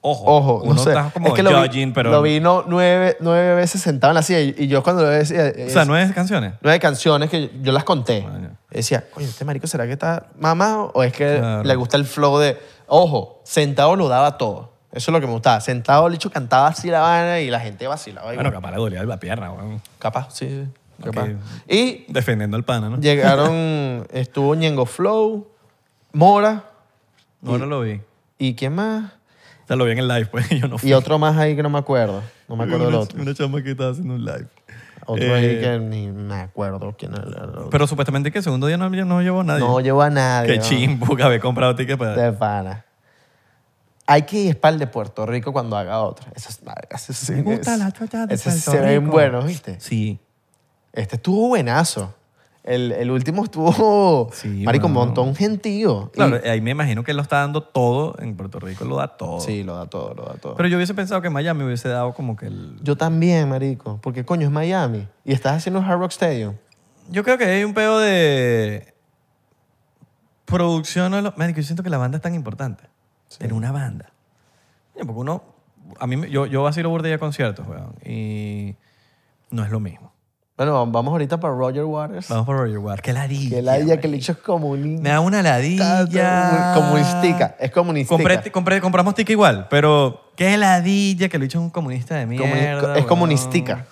[SPEAKER 2] ojo,
[SPEAKER 1] Ojo,
[SPEAKER 2] uno
[SPEAKER 1] no sé.
[SPEAKER 2] está como
[SPEAKER 1] es que lo
[SPEAKER 2] judging,
[SPEAKER 1] vi,
[SPEAKER 2] pero,
[SPEAKER 1] lo vi no- nueve, nueve veces sentado en la silla y, y yo cuando lo decía...
[SPEAKER 2] o sea, nueve canciones.
[SPEAKER 1] nueve canciones que yo, yo las conté.
[SPEAKER 2] Coño.
[SPEAKER 1] Decía, coño, este marico, ¿será que está mamado? ¿O es que
[SPEAKER 2] Claro.
[SPEAKER 1] le gusta el flow de.? Ojo, sentado lo daba todo. Eso es lo que me gustaba. Sentado, el hecho cantaba así la vaina y la gente vacilaba.
[SPEAKER 2] Bueno,
[SPEAKER 1] igual.
[SPEAKER 2] capaz le dolía la pierna, weón.
[SPEAKER 1] capaz, sí, sí, capaz.
[SPEAKER 2] Ok.
[SPEAKER 1] Y
[SPEAKER 2] defendiendo al pana, ¿no?
[SPEAKER 1] llegaron, estuvo Ñengo Flow, Mora,
[SPEAKER 2] No, no lo vi.
[SPEAKER 1] ¿y quién más?
[SPEAKER 2] O sea, lo vi en el live, pues yo no fui.
[SPEAKER 1] Y otro más ahí que no me acuerdo. No me acuerdo del
[SPEAKER 2] una,
[SPEAKER 1] otro.
[SPEAKER 2] Una chama que estaba haciendo un live.
[SPEAKER 1] Otro
[SPEAKER 2] Eh,
[SPEAKER 1] ahí que ni me acuerdo quién era. el otro.
[SPEAKER 2] Pero supuestamente que el segundo día no, no llevó a nadie.
[SPEAKER 1] No llevó a nadie.
[SPEAKER 2] Qué
[SPEAKER 1] ¿no?
[SPEAKER 2] chimbo que había comprado tickets para...
[SPEAKER 1] De pana. Hay que ir para el de Puerto Rico cuando haga otra. Esas marcas. Esas,
[SPEAKER 2] Me gusta la chocha de Puerto
[SPEAKER 1] se ven
[SPEAKER 2] Rico.
[SPEAKER 1] buenos, ¿viste?
[SPEAKER 2] Sí.
[SPEAKER 1] Este estuvo buenazo. El, el último estuvo,
[SPEAKER 2] Sí,
[SPEAKER 1] marico, un
[SPEAKER 2] bueno.
[SPEAKER 1] montón gentío. Y-
[SPEAKER 2] Claro, eh, ahí me imagino que él lo está dando todo en Puerto Rico, lo da todo.
[SPEAKER 1] sí, lo da todo, lo da todo.
[SPEAKER 2] Pero yo hubiese pensado que Miami hubiese dado como que el...
[SPEAKER 1] yo también, marico, porque coño, es Miami. Y estás haciendo el Hard Rock Stadium.
[SPEAKER 2] Yo creo que hay un pedo de producción. o lo- Marico, yo siento que la banda es tan importante. Tener una banda. Coño, Porque uno... A mí, me- yo, yo vacilo burda y a conciertos, weón. Y no es lo mismo.
[SPEAKER 1] Bueno, vamos ahorita para Roger Waters.
[SPEAKER 2] Vamos por Roger Waters. Qué ladilla.
[SPEAKER 1] que la idea que
[SPEAKER 2] Ah, marico.
[SPEAKER 1] le echas como un...
[SPEAKER 2] Me da una ladilla.
[SPEAKER 1] Comunistica. Es comunistica.
[SPEAKER 2] Compré, compré- compramos tica igual, pero qué ladilla que lo hizo un comunista de mierda.
[SPEAKER 1] Comuni- es
[SPEAKER 2] weón.
[SPEAKER 1] comunistica.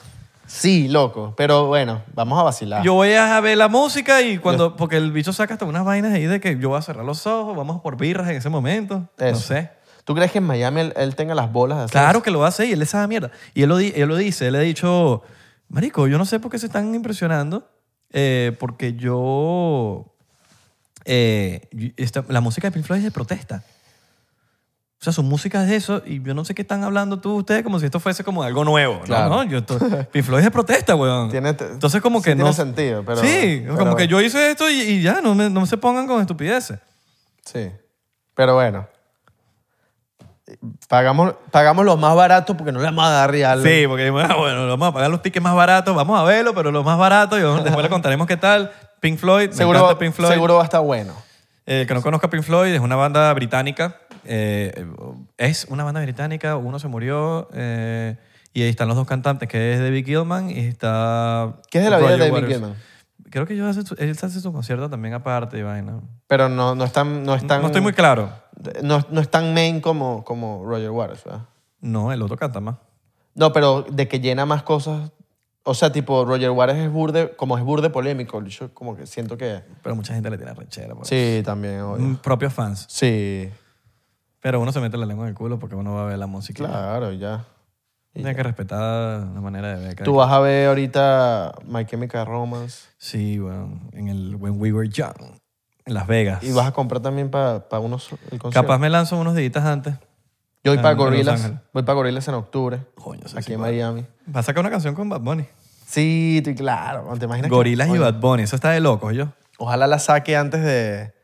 [SPEAKER 1] Sí, loco. Pero bueno, vamos a vacilar.
[SPEAKER 2] Yo voy a ver la música y cuando... Porque el bicho saca hasta unas vainas ahí de que yo voy a cerrar los ojos, vamos por birras en ese momento. No
[SPEAKER 1] Eso.
[SPEAKER 2] sé.
[SPEAKER 1] ¿Tú crees que en Miami él, él tenga las bolas de hacer
[SPEAKER 2] Claro
[SPEAKER 1] eso?
[SPEAKER 2] que lo hace y él es esa mierda. Y él lo, di- él lo dice, él le ha dicho, marico, yo no sé por qué se están impresionando eh, porque yo... eh, y- esta- la música de Pink Floyd es de protesta. O sea, su música es de eso y yo no sé qué están hablando tú ustedes como si esto fuese como algo nuevo. ¿no?
[SPEAKER 1] Claro.
[SPEAKER 2] No, yo esto- Pink Floyd es de protesta, weón.
[SPEAKER 1] Tiene-
[SPEAKER 2] Entonces como
[SPEAKER 1] sí
[SPEAKER 2] que no...
[SPEAKER 1] tiene sentido, pero-
[SPEAKER 2] Sí,
[SPEAKER 1] pero-
[SPEAKER 2] como que yo hice esto y, y ya, no, me- no se pongan con estupideces.
[SPEAKER 1] Sí. Pero bueno. Pagamos, pagamos lo más barato porque no le vamos a dar real.
[SPEAKER 2] Sí, porque bueno, bueno, vamos a pagar los tickets más baratos, vamos a verlo, pero los más baratos, y vamos- después le contaremos qué tal. Pink Floyd, me
[SPEAKER 1] seguro,
[SPEAKER 2] encanta Pink Floyd.
[SPEAKER 1] seguro va a estar bueno.
[SPEAKER 2] Eh, el que no conozca Pink Floyd es una banda británica. eh, es una banda británica, uno se murió eh, y ahí están los dos cantantes, que es David Gilman y está...
[SPEAKER 1] ¿Qué es de la vida de
[SPEAKER 2] Roger
[SPEAKER 1] David
[SPEAKER 2] Waters.
[SPEAKER 1] Gilmour?
[SPEAKER 2] Creo que ellos hacen su- él hace su concierto también aparte y vaina.
[SPEAKER 1] Pero no, no, es tan, no, es tan,
[SPEAKER 2] No estoy muy claro.
[SPEAKER 1] no, no es tan main como, como Roger Waters. ¿verdad?
[SPEAKER 2] No, el otro canta más.
[SPEAKER 1] No, pero de que llena más cosas. O sea, tipo, Roger Waters es burde, como es burde polémico. Yo como que siento que...
[SPEAKER 2] Pero mucha gente le tiene rechera. por-
[SPEAKER 1] Sí, también, obvio.
[SPEAKER 2] Mm, Propios fans.
[SPEAKER 1] Sí,
[SPEAKER 2] Pero uno se mete la lengua en el culo porque uno va a ver la música.
[SPEAKER 1] claro, ya.
[SPEAKER 2] Tiene que respetar la manera de ver. cada
[SPEAKER 1] Tú
[SPEAKER 2] quien.
[SPEAKER 1] vas a ver ahorita My Chemical Romance
[SPEAKER 2] Sí, bueno, en el When We Were Young, en Las Vegas.
[SPEAKER 1] y vas a comprar también para unos el concierto.
[SPEAKER 2] Capaz me lanzo unos deditas antes.
[SPEAKER 1] Yo voy
[SPEAKER 2] en-
[SPEAKER 1] para
[SPEAKER 2] en Los
[SPEAKER 1] Gorillaz,
[SPEAKER 2] Ángeles.
[SPEAKER 1] voy para Gorillaz en octubre,
[SPEAKER 2] Coño, eso
[SPEAKER 1] aquí
[SPEAKER 2] sí
[SPEAKER 1] en
[SPEAKER 2] va.
[SPEAKER 1] Miami.
[SPEAKER 2] Va a sacar una canción con Bad Bunny.
[SPEAKER 1] Sí, tú- claro, te imaginas que-
[SPEAKER 2] Gorilas y
[SPEAKER 1] Oye,
[SPEAKER 2] Bad Bunny, eso está de locos, yo.
[SPEAKER 1] Ojalá la saque antes de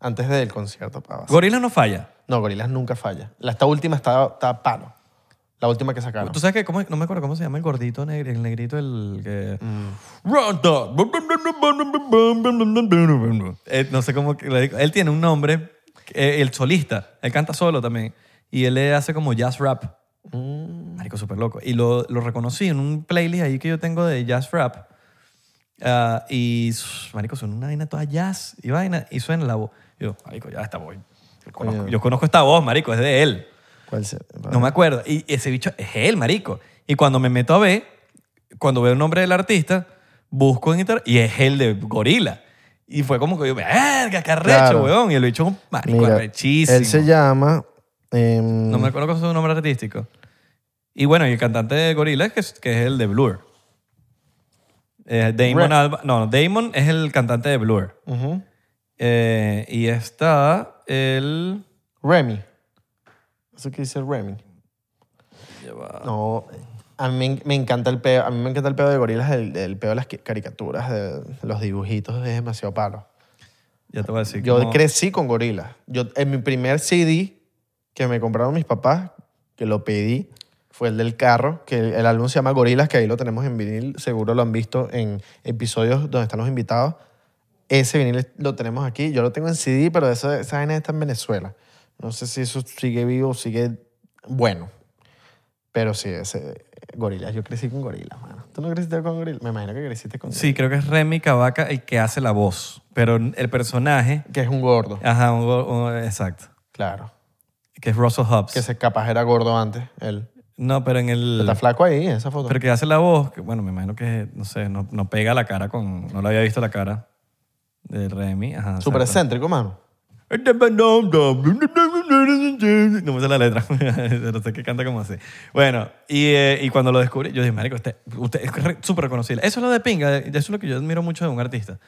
[SPEAKER 1] antes del concierto para
[SPEAKER 2] Gorilas no falla.
[SPEAKER 1] No, Gorillaz nunca falla. La esta última está, está palo. La última que sacaron.
[SPEAKER 2] Tú sabes que, cómo- no me acuerdo cómo se llama el gordito, neg- el negrito, el que... Ronda. Eh, no sé cómo... que le digo. Él tiene un nombre, eh, el solista, él canta solo también, y él le hace como jazz rap. Marico, súper loco. Y lo, lo reconocí en un playlist ahí que yo tengo de jazz rap. Ah, y, sus- marico, suena una vaina toda jazz y vaina, y suena la voz. Yo, marico, ya esta voz. Yo conozco,
[SPEAKER 1] Coño.
[SPEAKER 2] yo conozco esta voz, marico, es de él.
[SPEAKER 1] ¿Cuál se-
[SPEAKER 2] No me acuerdo. Y ese bicho es él, marico. Y cuando me meto a ver, cuando veo el nombre del artista, busco en internet y es el de Gorila. Y fue como que yo, verga, qué arrecho,
[SPEAKER 1] Claro.
[SPEAKER 2] weón. Y el bicho es un marico
[SPEAKER 1] Mira,
[SPEAKER 2] arrechísimo.
[SPEAKER 1] Él se llama em,
[SPEAKER 2] No me acuerdo cuál es su nombre artístico. Y bueno, y el cantante de Gorila, que es, que es el de Blur. Eh, Damon
[SPEAKER 1] Re-
[SPEAKER 2] Alba- No, Damon es el cantante de Blur.
[SPEAKER 1] ujú,
[SPEAKER 2] Eh, y está el...
[SPEAKER 1] Remy. Eso que dice Remy. No, a mí me- me encanta el peo, a mí me encanta el peo de gorilas, el, el peo de las qui- caricaturas, de los dibujitos, es demasiado palo.
[SPEAKER 2] Ya te voy a decir.
[SPEAKER 1] Yo
[SPEAKER 2] cómo-
[SPEAKER 1] crecí con gorilas. Yo, en mi primer CD que me compraron mis papás, que lo pedí, fue el del carro, que el, el álbum se llama Gorilas, que ahí lo tenemos en vinil, seguro lo han visto en episodios donde están los invitados. Ese vinil lo tenemos aquí, yo lo tengo en CD, pero esa, esa vaina está en Venezuela. No sé si eso sigue vivo o sigue bueno. Pero sí, ese, gorilas, yo crecí con gorilas, mano. ¿Tú no creciste con gorilas? Me imagino que creciste con
[SPEAKER 2] Sí, creo que es Remy Cavaca el que hace la voz. Pero el personaje.
[SPEAKER 1] Que es un gordo,
[SPEAKER 2] Ajá, un go- un- exacto.
[SPEAKER 1] claro.
[SPEAKER 2] Que es Russell Hobbs.
[SPEAKER 1] Que se capaz era gordo antes, él.
[SPEAKER 2] No, pero en el.
[SPEAKER 1] Está flaco ahí, esa foto.
[SPEAKER 2] Pero que hace la voz. que, bueno, me imagino que, no sé, no, no pega la cara con. No le había visto la cara de Remy. Ajá.
[SPEAKER 1] Súper
[SPEAKER 2] exacto.
[SPEAKER 1] excéntrico, mano.
[SPEAKER 2] No me sé la letra. no sé qué canta como así. Bueno, y, eh, y cuando lo descubrí, yo dije, marico, usted, usted es re- súper reconocible. Eso es lo de pinga. Eso es lo que yo admiro mucho de un artista.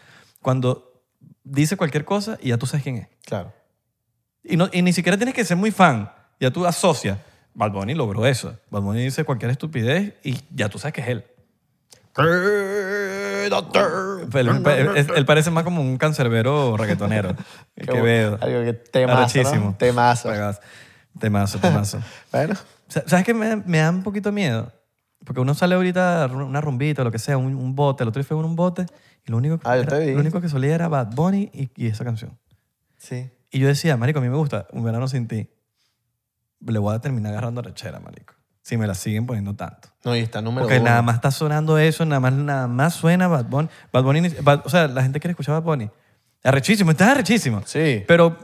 [SPEAKER 2] Cuando dice cualquier cosa y ya tú sabes quién es.
[SPEAKER 1] Claro.
[SPEAKER 2] Y, no- y ni siquiera tienes que ser muy fan. Ya tú asocias. Bad Bunny logró eso. Bad Bunny dice cualquier estupidez y ya tú sabes que es él. Pero él, pa- él- él parece más como un cancerbero reggaetonero. El que veo.
[SPEAKER 1] Algo que temazo,
[SPEAKER 2] Arrechísimo.
[SPEAKER 1] ¿no? Temazo.
[SPEAKER 2] Regazo. Temazo, temazo.
[SPEAKER 1] Bueno,
[SPEAKER 2] Sa- ¿Sabes qué? Me, me da un poquito de miedo. Porque uno sale ahorita a ru- una rumbita, lo que sea, un, un bote. El otro día fue un bote y lo único que,
[SPEAKER 1] Ah, yo
[SPEAKER 2] era-
[SPEAKER 1] te vi.
[SPEAKER 2] lo único que solía era Bad Bunny y, y esa canción.
[SPEAKER 1] sí.
[SPEAKER 2] Y yo decía, marico, a mí me gusta Un Verano Sin Ti. Le voy a terminar agarrando rechera, marico. Si me la siguen poniendo tanto.
[SPEAKER 1] No, y está número
[SPEAKER 2] Porque
[SPEAKER 1] uno.
[SPEAKER 2] nada más está sonando eso, nada más, nada más suena Bad Bunny. Bad Bunny ni- Bad- o sea, la gente quiere escuchar Bad Bunny. Arrechísimo, está arrechísimo.
[SPEAKER 1] Sí.
[SPEAKER 2] Pero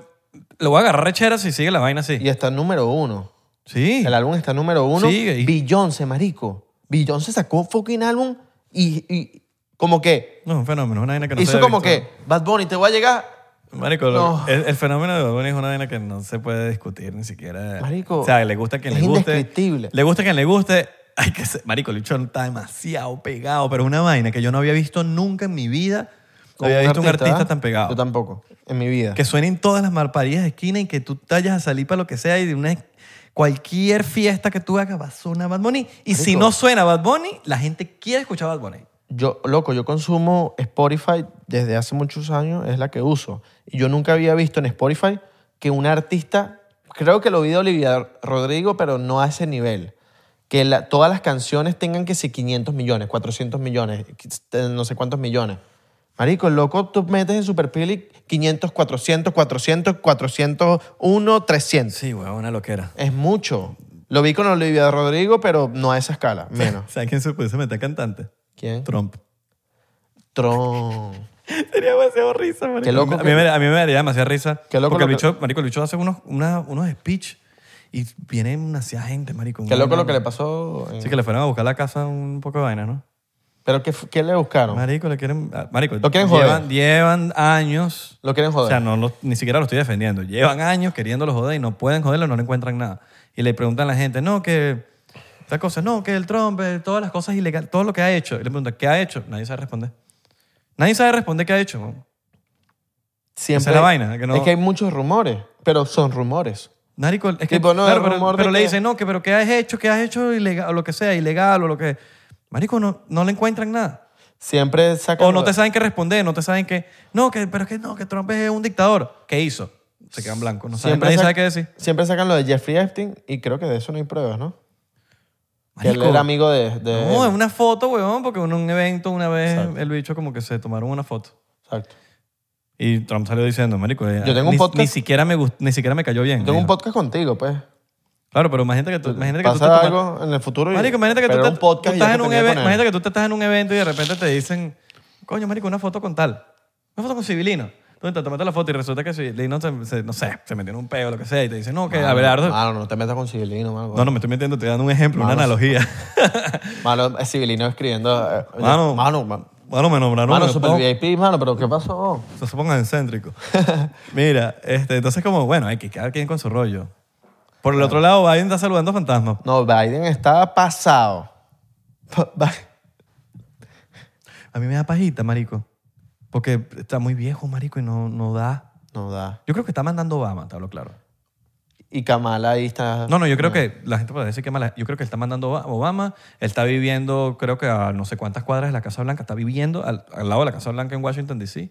[SPEAKER 2] lo voy a agarrar rechera si sigue la vaina así.
[SPEAKER 1] Y está número uno.
[SPEAKER 2] Sí.
[SPEAKER 1] El álbum está número uno.
[SPEAKER 2] Sigue ahí.
[SPEAKER 1] Beyoncé, marico. Beyoncé sacó un fucking álbum y, y como que
[SPEAKER 2] No, es un fenómeno, es una vaina que no se
[SPEAKER 1] hizo
[SPEAKER 2] había
[SPEAKER 1] como
[SPEAKER 2] visto.
[SPEAKER 1] que Bad Bunny te voy a llegar.
[SPEAKER 2] Marico,
[SPEAKER 1] No.
[SPEAKER 2] el, el fenómeno de Bad Bunny es una vaina que no se puede discutir ni siquiera.
[SPEAKER 1] Marico,
[SPEAKER 2] O sea, le gusta a quien
[SPEAKER 1] es
[SPEAKER 2] le guste.
[SPEAKER 1] indescriptible.
[SPEAKER 2] Le gusta a quien le guste. hay que ser, marico, el bicho está demasiado pegado, pero es una vaina que yo no había visto nunca en mi vida.
[SPEAKER 1] Como
[SPEAKER 2] había visto un artista
[SPEAKER 1] ¿eh?
[SPEAKER 2] tan
[SPEAKER 1] Yo
[SPEAKER 2] pegado.
[SPEAKER 1] tampoco, en mi vida.
[SPEAKER 2] Que suenen todas las malparidas de esquina y que tú te vayas a salir para lo que sea y de una cualquier fiesta que tú hagas va a sonar Bad Bunny. Y si
[SPEAKER 1] Marico.
[SPEAKER 2] no suena Bad Bunny, la gente quiere escuchar Bad Bunny.
[SPEAKER 1] Yo, loco, yo consumo Spotify desde hace muchos años, es la que uso. Y yo nunca había visto en Spotify que un artista, creo que lo vi de Olivia Rodrigo, pero no a ese nivel. Que la- todas las canciones tengan que si 500 millones, 400 millones, eh, no sé cuántos millones. Marico, el loco, tú metes en Superpili 500, 400, 400, 401, 300.
[SPEAKER 2] Sí, weón, una loquera.
[SPEAKER 1] Es mucho. Lo vi con Olivia Rodrigo, pero no a esa escala, menos.
[SPEAKER 2] ¿Sabes quién se puede meter cantante?
[SPEAKER 1] ¿Quién?
[SPEAKER 2] Trump.
[SPEAKER 1] Tron.
[SPEAKER 2] Sería demasiado risa, marico.
[SPEAKER 1] Qué loco
[SPEAKER 2] a,
[SPEAKER 1] que-
[SPEAKER 2] mí me, a mí me daría demasiada risa.
[SPEAKER 1] Qué loco
[SPEAKER 2] porque
[SPEAKER 1] lo
[SPEAKER 2] el
[SPEAKER 1] que-
[SPEAKER 2] bicho, marico, el bicho hace unos, una- unos speech y viene demasiada gente, marico.
[SPEAKER 1] Qué
[SPEAKER 2] Una-
[SPEAKER 1] loco lo que le pasó. en-
[SPEAKER 2] Sí, que le fueron a buscar a la casa un poco de vaina, ¿no?
[SPEAKER 1] ¿Pero qué, fu- qué le buscaron?
[SPEAKER 2] Marico, le quieren... ah, Marico,
[SPEAKER 1] Lo quieren joder.
[SPEAKER 2] Llevan, llevan años...
[SPEAKER 1] Lo quieren joder.
[SPEAKER 2] O sea, no lo- ni siquiera lo estoy defendiendo. Llevan años queriéndolo joder y no pueden joderlo, no le encuentran nada. Y le preguntan a la gente, no, que... Esta cosa, no, que el Trump, eh, todas las cosas ilegales, todo lo que ha hecho. Y le preguntan, ¿qué ha hecho? Nadie sabe responder. Nadie sabe responder qué ha hecho. weón.
[SPEAKER 1] Siempre,
[SPEAKER 2] esa es la vaina, que no-
[SPEAKER 1] Es que hay muchos rumores, pero son rumores.
[SPEAKER 2] Marico, es que
[SPEAKER 1] Tipo, no,
[SPEAKER 2] claro,
[SPEAKER 1] el
[SPEAKER 2] pero,
[SPEAKER 1] rumor de
[SPEAKER 2] pero le
[SPEAKER 1] que-
[SPEAKER 2] dicen, no, que pero qué has hecho, qué has hecho ilegal, o lo que sea, ilegal o lo que... Marico, no, no le encuentran nada.
[SPEAKER 1] Siempre sacan...
[SPEAKER 2] O no te saben qué responder, no te saben qué... No, que, pero es que no, que Trump es un dictador. ¿Qué hizo? Se quedan blancos. No saben,
[SPEAKER 1] Siempre
[SPEAKER 2] nadie
[SPEAKER 1] sac-
[SPEAKER 2] sabe qué decir.
[SPEAKER 1] Siempre sacan lo de Jeffrey Epstein y creo que de eso no hay pruebas, ¿no? Que él
[SPEAKER 2] Marico,
[SPEAKER 1] era amigo de... de-
[SPEAKER 2] No, eh. es una foto, weón, porque en un evento una vez el bicho como que se tomaron una foto.
[SPEAKER 1] Exacto.
[SPEAKER 2] Y Trump salió diciendo, marico, eh,
[SPEAKER 1] Yo tengo un
[SPEAKER 2] ni,
[SPEAKER 1] podcast-
[SPEAKER 2] ni siquiera me gust- ni siquiera me cayó bien.
[SPEAKER 1] Tengo
[SPEAKER 2] dijo.
[SPEAKER 1] un podcast contigo, pues.
[SPEAKER 2] Claro, pero imagínate que tú, imagínate que tú te
[SPEAKER 1] Pasa
[SPEAKER 2] tomas-
[SPEAKER 1] algo en el futuro y...
[SPEAKER 2] Marico, imagínate que tú,
[SPEAKER 1] pero
[SPEAKER 2] te-
[SPEAKER 1] un podcast
[SPEAKER 2] tú
[SPEAKER 1] y ya
[SPEAKER 2] estás
[SPEAKER 1] te
[SPEAKER 2] en un
[SPEAKER 1] tenía
[SPEAKER 2] evento,
[SPEAKER 1] con él.
[SPEAKER 2] imagínate que tú te estás en un evento y de repente te dicen, coño, marico, una foto con tal, una foto con Civilino. Entonces te tomaste la foto y resulta que Civilino se, se- no sé, se metió en un peo o lo que sea y te dicen, no, que Abelardo...
[SPEAKER 1] Mano, no te metas con Civilino, mano.
[SPEAKER 2] no, no, me estoy metiendo, estoy dando un ejemplo, una
[SPEAKER 1] Mano,
[SPEAKER 2] analogía.
[SPEAKER 1] Mano, es Civilino escribiendo... eh,
[SPEAKER 2] Mano.
[SPEAKER 1] Mano, man-
[SPEAKER 2] bueno, me nombraron...
[SPEAKER 1] mano,
[SPEAKER 2] me
[SPEAKER 1] super
[SPEAKER 2] pongo-
[SPEAKER 1] VIP, mano, pero ¿qué pasó?
[SPEAKER 2] No se pongan excéntricos. Mira, este, entonces como, bueno, hay que cada quien con su rollo. Por el otro lado, Biden está saludando a fantasmas.
[SPEAKER 1] No, Biden estaba pasado. Pa- Bi-
[SPEAKER 2] A mí me da pajita, marico. Porque está muy viejo, marico, y no, no da.
[SPEAKER 1] No da.
[SPEAKER 2] Yo creo que está mandando Obama, te hablo claro.
[SPEAKER 1] Y Kamala ahí está...
[SPEAKER 2] No, no, yo creo que la gente puede decir que mala. Yo creo que él está mandando Oba- Obama. Él está viviendo, creo que a no sé cuántas cuadras de la Casa Blanca. Está viviendo al, al lado de la Casa Blanca en Washington, D.C.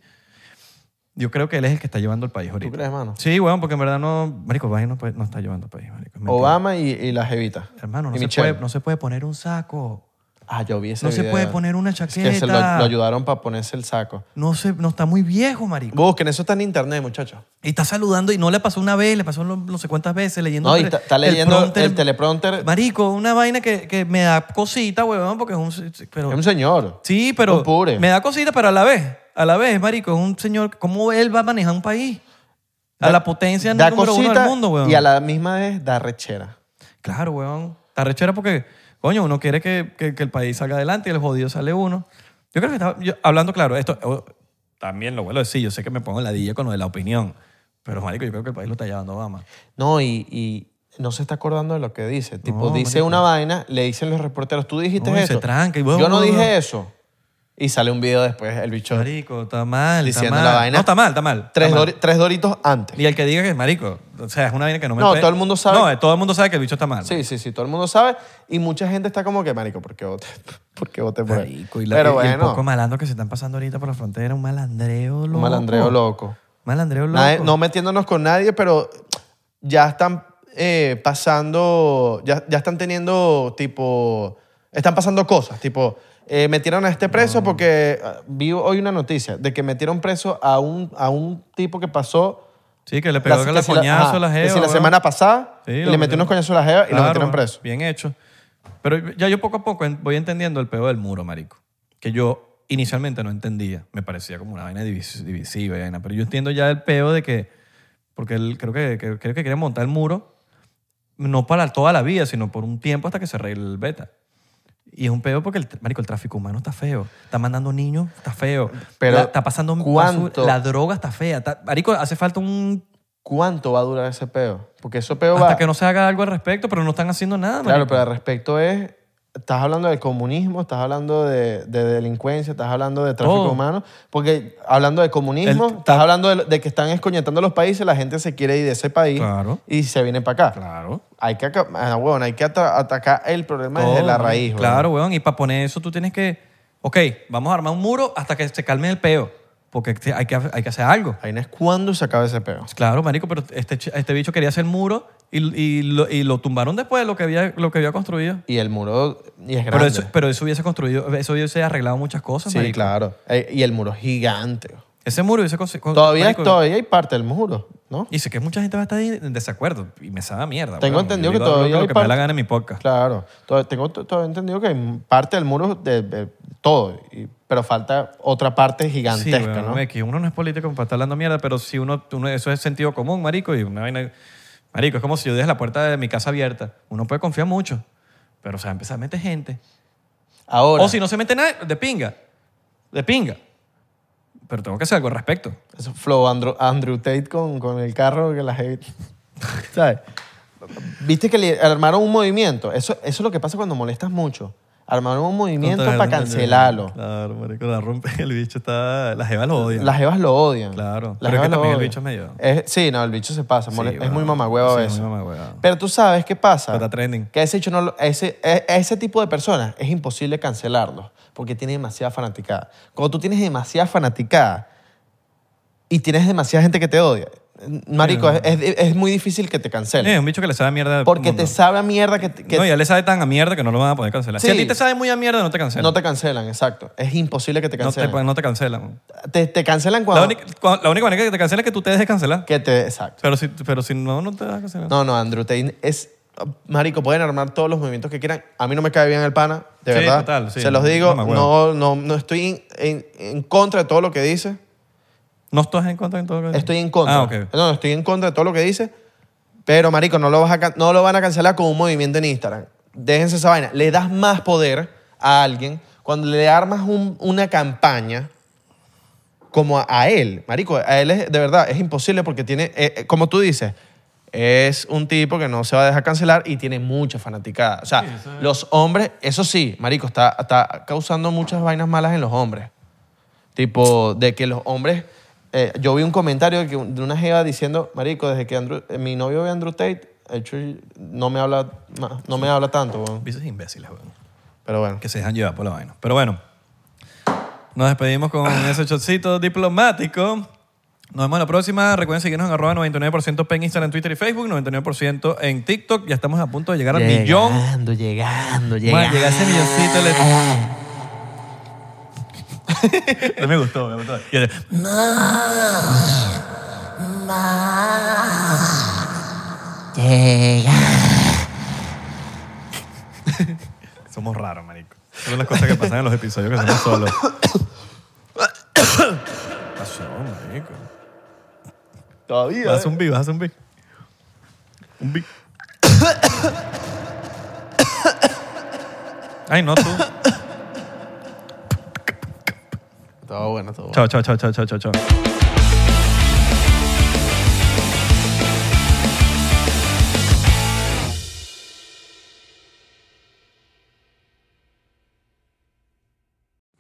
[SPEAKER 2] Yo creo que él es el que está llevando el país ahorita.
[SPEAKER 1] crees, mano?
[SPEAKER 2] Sí, bueno, porque en verdad no. Marico, Biden no, puede- no está llevando el país, marico. Es mentira.
[SPEAKER 1] Obama y, y la jevita.
[SPEAKER 2] Hermano,
[SPEAKER 1] Y
[SPEAKER 2] no se,
[SPEAKER 1] Michelle.
[SPEAKER 2] puede, no se puede poner un saco.
[SPEAKER 1] Ah, yo vi ese
[SPEAKER 2] No se
[SPEAKER 1] video.
[SPEAKER 2] puede poner una
[SPEAKER 1] Es que se lo,
[SPEAKER 2] chaqueta.
[SPEAKER 1] lo ayudaron para ponerse el saco.
[SPEAKER 2] No, se, no está muy viejo, marico.
[SPEAKER 1] Busquen, eso está en internet, muchachos.
[SPEAKER 2] Y está saludando y no le pasó una vez, le pasó no, no sé cuántas veces leyendo.
[SPEAKER 1] No, y
[SPEAKER 2] el-
[SPEAKER 1] está- está
[SPEAKER 2] el
[SPEAKER 1] leyendo
[SPEAKER 2] prompter.
[SPEAKER 1] el teleprompter.
[SPEAKER 2] Marico, una vaina que, que me da cosita, huevón, porque es un. Pero,
[SPEAKER 1] Es un señor.
[SPEAKER 2] sí, pero.
[SPEAKER 1] un pobre.
[SPEAKER 2] Me da cosita, pero a la vez. A la vez, marico, es un señor. ¿Cómo él va a manejar un país? A
[SPEAKER 1] Da-
[SPEAKER 2] la potencia
[SPEAKER 1] da
[SPEAKER 2] número uno
[SPEAKER 1] cosita
[SPEAKER 2] del mundo, huevón.
[SPEAKER 1] y a la misma vez da rechera.
[SPEAKER 2] Claro, weón. Está rechera porque, coño, uno quiere que, que- que el país salga adelante y el jodido sale uno. Yo creo que está, yo- hablando claro, esto oh, también lo vuelvo a decir, yo sé que me pongo en la dilla con lo de la opinión, pero marico, yo creo que el país lo está llevando Obama.
[SPEAKER 1] No, y, y no se está acordando de lo que dice. Tipo,
[SPEAKER 2] No,
[SPEAKER 1] dice
[SPEAKER 2] marico.
[SPEAKER 1] una vaina, le dicen los reporteros, tú dijiste
[SPEAKER 2] No, y se
[SPEAKER 1] eso.
[SPEAKER 2] tranca y
[SPEAKER 1] Yo
[SPEAKER 2] bueno, bueno,
[SPEAKER 1] no
[SPEAKER 2] bueno.
[SPEAKER 1] dije eso. Y sale un video después, el bicho.
[SPEAKER 2] Marico, está mal, está
[SPEAKER 1] Diciendo
[SPEAKER 2] mal.
[SPEAKER 1] la vaina.
[SPEAKER 2] No, está mal, está mal. está
[SPEAKER 1] Tres,
[SPEAKER 2] mal.
[SPEAKER 1] dori- tres doritos antes.
[SPEAKER 2] Y el que diga que es marico, o sea, es una vaina que no me...
[SPEAKER 1] No,
[SPEAKER 2] puede-
[SPEAKER 1] todo el mundo sabe-
[SPEAKER 2] No, eh, todo el mundo sabe que el bicho está mal.
[SPEAKER 1] Sí, sí, sí, todo el mundo sabe. Y mucha gente está como que, marico, ¿por qué voté? ¿Por qué voté por él?
[SPEAKER 2] Marico, y, la,
[SPEAKER 1] Pero
[SPEAKER 2] y el
[SPEAKER 1] bueno,
[SPEAKER 2] poco malandro que se están pasando ahorita por la frontera, un malandreo loco.
[SPEAKER 1] un malandreo loco.
[SPEAKER 2] Malandreo loco.
[SPEAKER 1] Nadie- no metiéndonos con nadie, pero ya están eh, pasando, ya, ya están teniendo tipo, están pasando cosas, tipo, eh, metieron a este preso
[SPEAKER 2] Mm.
[SPEAKER 1] porque ah, vi hoy una noticia de que metieron preso a un, a un tipo que pasó...
[SPEAKER 2] Sí, que le pegó la,
[SPEAKER 1] que si
[SPEAKER 2] coñazo
[SPEAKER 1] ajá,
[SPEAKER 2] a la
[SPEAKER 1] que
[SPEAKER 2] jeva.
[SPEAKER 1] si la
[SPEAKER 2] weón.
[SPEAKER 1] semana pasada
[SPEAKER 2] Sí,
[SPEAKER 1] y
[SPEAKER 2] lo
[SPEAKER 1] le metió
[SPEAKER 2] metieron.
[SPEAKER 1] unos coñazos a la jeva y lo
[SPEAKER 2] Claro,
[SPEAKER 1] metieron preso.
[SPEAKER 2] Bien hecho. Pero ya yo poco a poco en- voy entendiendo el peo del muro, marico. Que yo inicialmente no entendía. Me parecía como una vaina divis- divisiva. y vaina. Pero yo entiendo ya el peo de que... Porque él, creo que, que- creo que quiere montar el muro no para toda la vida, sino por un tiempo hasta que se arregle el beta. Y es un peo porque, el, tr- marico, el tráfico humano está feo. Está mandando niños, está feo.
[SPEAKER 1] Pero,
[SPEAKER 2] La- está pasando basura.
[SPEAKER 1] ¿cuánto?
[SPEAKER 2] La droga está fea. Está- marico, hace falta un...
[SPEAKER 1] ¿Cuánto va a durar ese peo? Porque ese peo va...
[SPEAKER 2] Hasta que no se haga algo al respecto, pero no están haciendo nada,
[SPEAKER 1] Claro,
[SPEAKER 2] marico.
[SPEAKER 1] pero al respecto es Estás hablando del comunismo, estás hablando de, de delincuencia, estás hablando de tráfico
[SPEAKER 2] Todo.
[SPEAKER 1] humano. Porque hablando de comunismo,
[SPEAKER 2] Oh. El-
[SPEAKER 1] estás hablando de, de que están escoñetando los países, la gente se quiere ir de ese país
[SPEAKER 2] Claro.
[SPEAKER 1] y se viene para acá.
[SPEAKER 2] Claro.
[SPEAKER 1] Hay que, aca- ah, huevón, hay que ata- atacar el problema desde
[SPEAKER 2] Todo,
[SPEAKER 1] la
[SPEAKER 2] weón.
[SPEAKER 1] raíz. huevón.
[SPEAKER 2] Claro, weón. Y para poner eso tú tienes que... Ok, vamos a armar un muro hasta que se calme el peo. Porque te- hay que, hay que hacer algo.
[SPEAKER 1] Ahí no es cuando se acaba ese peo.
[SPEAKER 2] Claro, marico, pero este, ch- este bicho quería hacer muro y, y lo, y lo tumbaron después de lo que había, lo que había construido.
[SPEAKER 1] Y el muro y es grande.
[SPEAKER 2] Pero eso, pero eso hubiese construido, eso hubiese arreglado muchas cosas,
[SPEAKER 1] sí,
[SPEAKER 2] marico.
[SPEAKER 1] claro. Eh, Y el muro es gigante.
[SPEAKER 2] Ese muro hubiese consi- con-
[SPEAKER 1] Todavía,
[SPEAKER 2] marico,
[SPEAKER 1] todavía hay parte del muro, ¿no?
[SPEAKER 2] Y sé que mucha gente va a estar ahí en desacuerdo y me sabe a mierda.
[SPEAKER 1] Tengo
[SPEAKER 2] weón.
[SPEAKER 1] entendido
[SPEAKER 2] Yo
[SPEAKER 1] que
[SPEAKER 2] digo
[SPEAKER 1] todavía
[SPEAKER 2] Lo
[SPEAKER 1] hay
[SPEAKER 2] que me da la
[SPEAKER 1] parte-
[SPEAKER 2] gana en mi podcast.
[SPEAKER 1] Claro. Todo- tengo to- todavía entendido que hay parte del muro de, de todo, y- pero falta otra parte
[SPEAKER 2] Sí,
[SPEAKER 1] gigantesca,
[SPEAKER 2] weón,
[SPEAKER 1] ¿no?
[SPEAKER 2] es que uno no es político para estar hablando mierda, pero si uno, uno- eso es sentido común, marico, y una vaina- marico, es como si yo dejas la puerta de mi casa abierta. Uno puede confiar mucho, pero o sea, empezar a meter gente.
[SPEAKER 1] Ahora,
[SPEAKER 2] O si no se mete nada, de pinga. De pinga. Pero tengo que hacer algo al respecto.
[SPEAKER 1] eso flow Andrew, Andrew Tate con, con el carro que la gente... ¿Sabes? Viste que le armaron un movimiento. Eso, eso es lo que pasa cuando molestas mucho. Armaron un movimiento
[SPEAKER 2] Contra-
[SPEAKER 1] para cancelarlo.
[SPEAKER 2] Claro, marico, la rompe. El bicho está. La jeva lo odia.
[SPEAKER 1] Las jevas lo odian.
[SPEAKER 2] Claro. Pero es
[SPEAKER 1] Las
[SPEAKER 2] que
[SPEAKER 1] jevas lo
[SPEAKER 2] también el
[SPEAKER 1] odian.
[SPEAKER 2] bicho es medio-
[SPEAKER 1] Es- sí, no, el bicho se pasa.
[SPEAKER 2] Sí,
[SPEAKER 1] mole- es
[SPEAKER 2] weón.
[SPEAKER 1] muy mamagüevo
[SPEAKER 2] Sí,
[SPEAKER 1] eso.
[SPEAKER 2] muy mamagüevo.
[SPEAKER 1] Pero tú sabes qué pasa.
[SPEAKER 2] Pero está trending.
[SPEAKER 1] Que ese, hecho no lo- ese, e- ese tipo de personas es imposible cancelarlos porque tiene demasiada fanaticada. Cuando tú tienes demasiada fanaticada y tienes demasiada gente que te odia, mm, marico, es, es- es muy difícil que te cancelen.
[SPEAKER 2] Eh, es un bicho que le sabe a mierda. al
[SPEAKER 1] porque
[SPEAKER 2] mundo.
[SPEAKER 1] te sabe a mierda que, te- que
[SPEAKER 2] No, ya le sabe tan a mierda que no lo van a poder cancelar. Si
[SPEAKER 1] Sí.
[SPEAKER 2] a ti te sabe muy a mierda, no te cancelan.
[SPEAKER 1] no te cancelan, exacto. Es imposible que te
[SPEAKER 2] No te,
[SPEAKER 1] cancelen.
[SPEAKER 2] no te cancelan.
[SPEAKER 1] te, te cancelan
[SPEAKER 2] La
[SPEAKER 1] cuando...
[SPEAKER 2] única, cua- la única manera que te cancela es que tú te dejes cancelar.
[SPEAKER 1] Que te, exacto.
[SPEAKER 2] Pero si, pero si no, no te vas a cancelar.
[SPEAKER 1] No, no, Andrew Tate es... Marico, pueden armar todos los movimientos que quieran. A mí no me cae bien el pana, de
[SPEAKER 2] Sí,
[SPEAKER 1] verdad.
[SPEAKER 2] total, sí.
[SPEAKER 1] Se los digo,
[SPEAKER 2] Mamá
[SPEAKER 1] no, no, no estoy en, en- en contra de todo lo que dice.
[SPEAKER 2] ¿No estás en contra de todo lo que dice?
[SPEAKER 1] Estoy en contra.
[SPEAKER 2] Ah, ok.
[SPEAKER 1] No, no, estoy en contra de todo lo que dice. Pero, marico, no lo, vas a can- no lo van a cancelar con un movimiento en Instagram. Déjense esa vaina. Le das más poder a alguien cuando le armas un- una campaña como a, a él. Marico, a él es, de verdad es imposible porque tiene, eh, eh, como tú dices, es un tipo que no se va a dejar cancelar y tiene mucha fanaticada. O sea, los hombres, eso sí, marico, está, está causando muchas vainas malas en los hombres. Tipo, de que los hombres. eh, yo vi un comentario de, que un- de una jeva diciendo, Marico, desde que Andrew- eh, mi novio ve a Andrew Tate, el Chuy no me habla, ma- no me habla tanto, weón".
[SPEAKER 2] Bichos imbéciles, weón.
[SPEAKER 1] Pero bueno.
[SPEAKER 2] Que se dejan llevar por la vaina. Pero bueno, nos despedimos con
[SPEAKER 1] Ah.
[SPEAKER 2] ese shotcito diplomático. Nos vemos en la próxima. Recuerden seguirnos en arroba 99% en Instagram, Twitter y Facebook, 99% en TikTok. Ya estamos a punto de llegar al millón.
[SPEAKER 1] Llegando, llegando,
[SPEAKER 2] Bueno, llegué a ese milloncito. Le... No me gustó, me gustó. Y el- Somos raros, marico. Son las cosas que pasan en los episodios que somos solos. Pasó, marico.
[SPEAKER 1] Todavía. eh.
[SPEAKER 2] Haz un beat, haz un beat. Un beat. Ay, no tú.
[SPEAKER 1] Todo bueno, todo
[SPEAKER 2] Chao,
[SPEAKER 1] bueno.
[SPEAKER 2] chao, chao, chao, chao, chao, chao.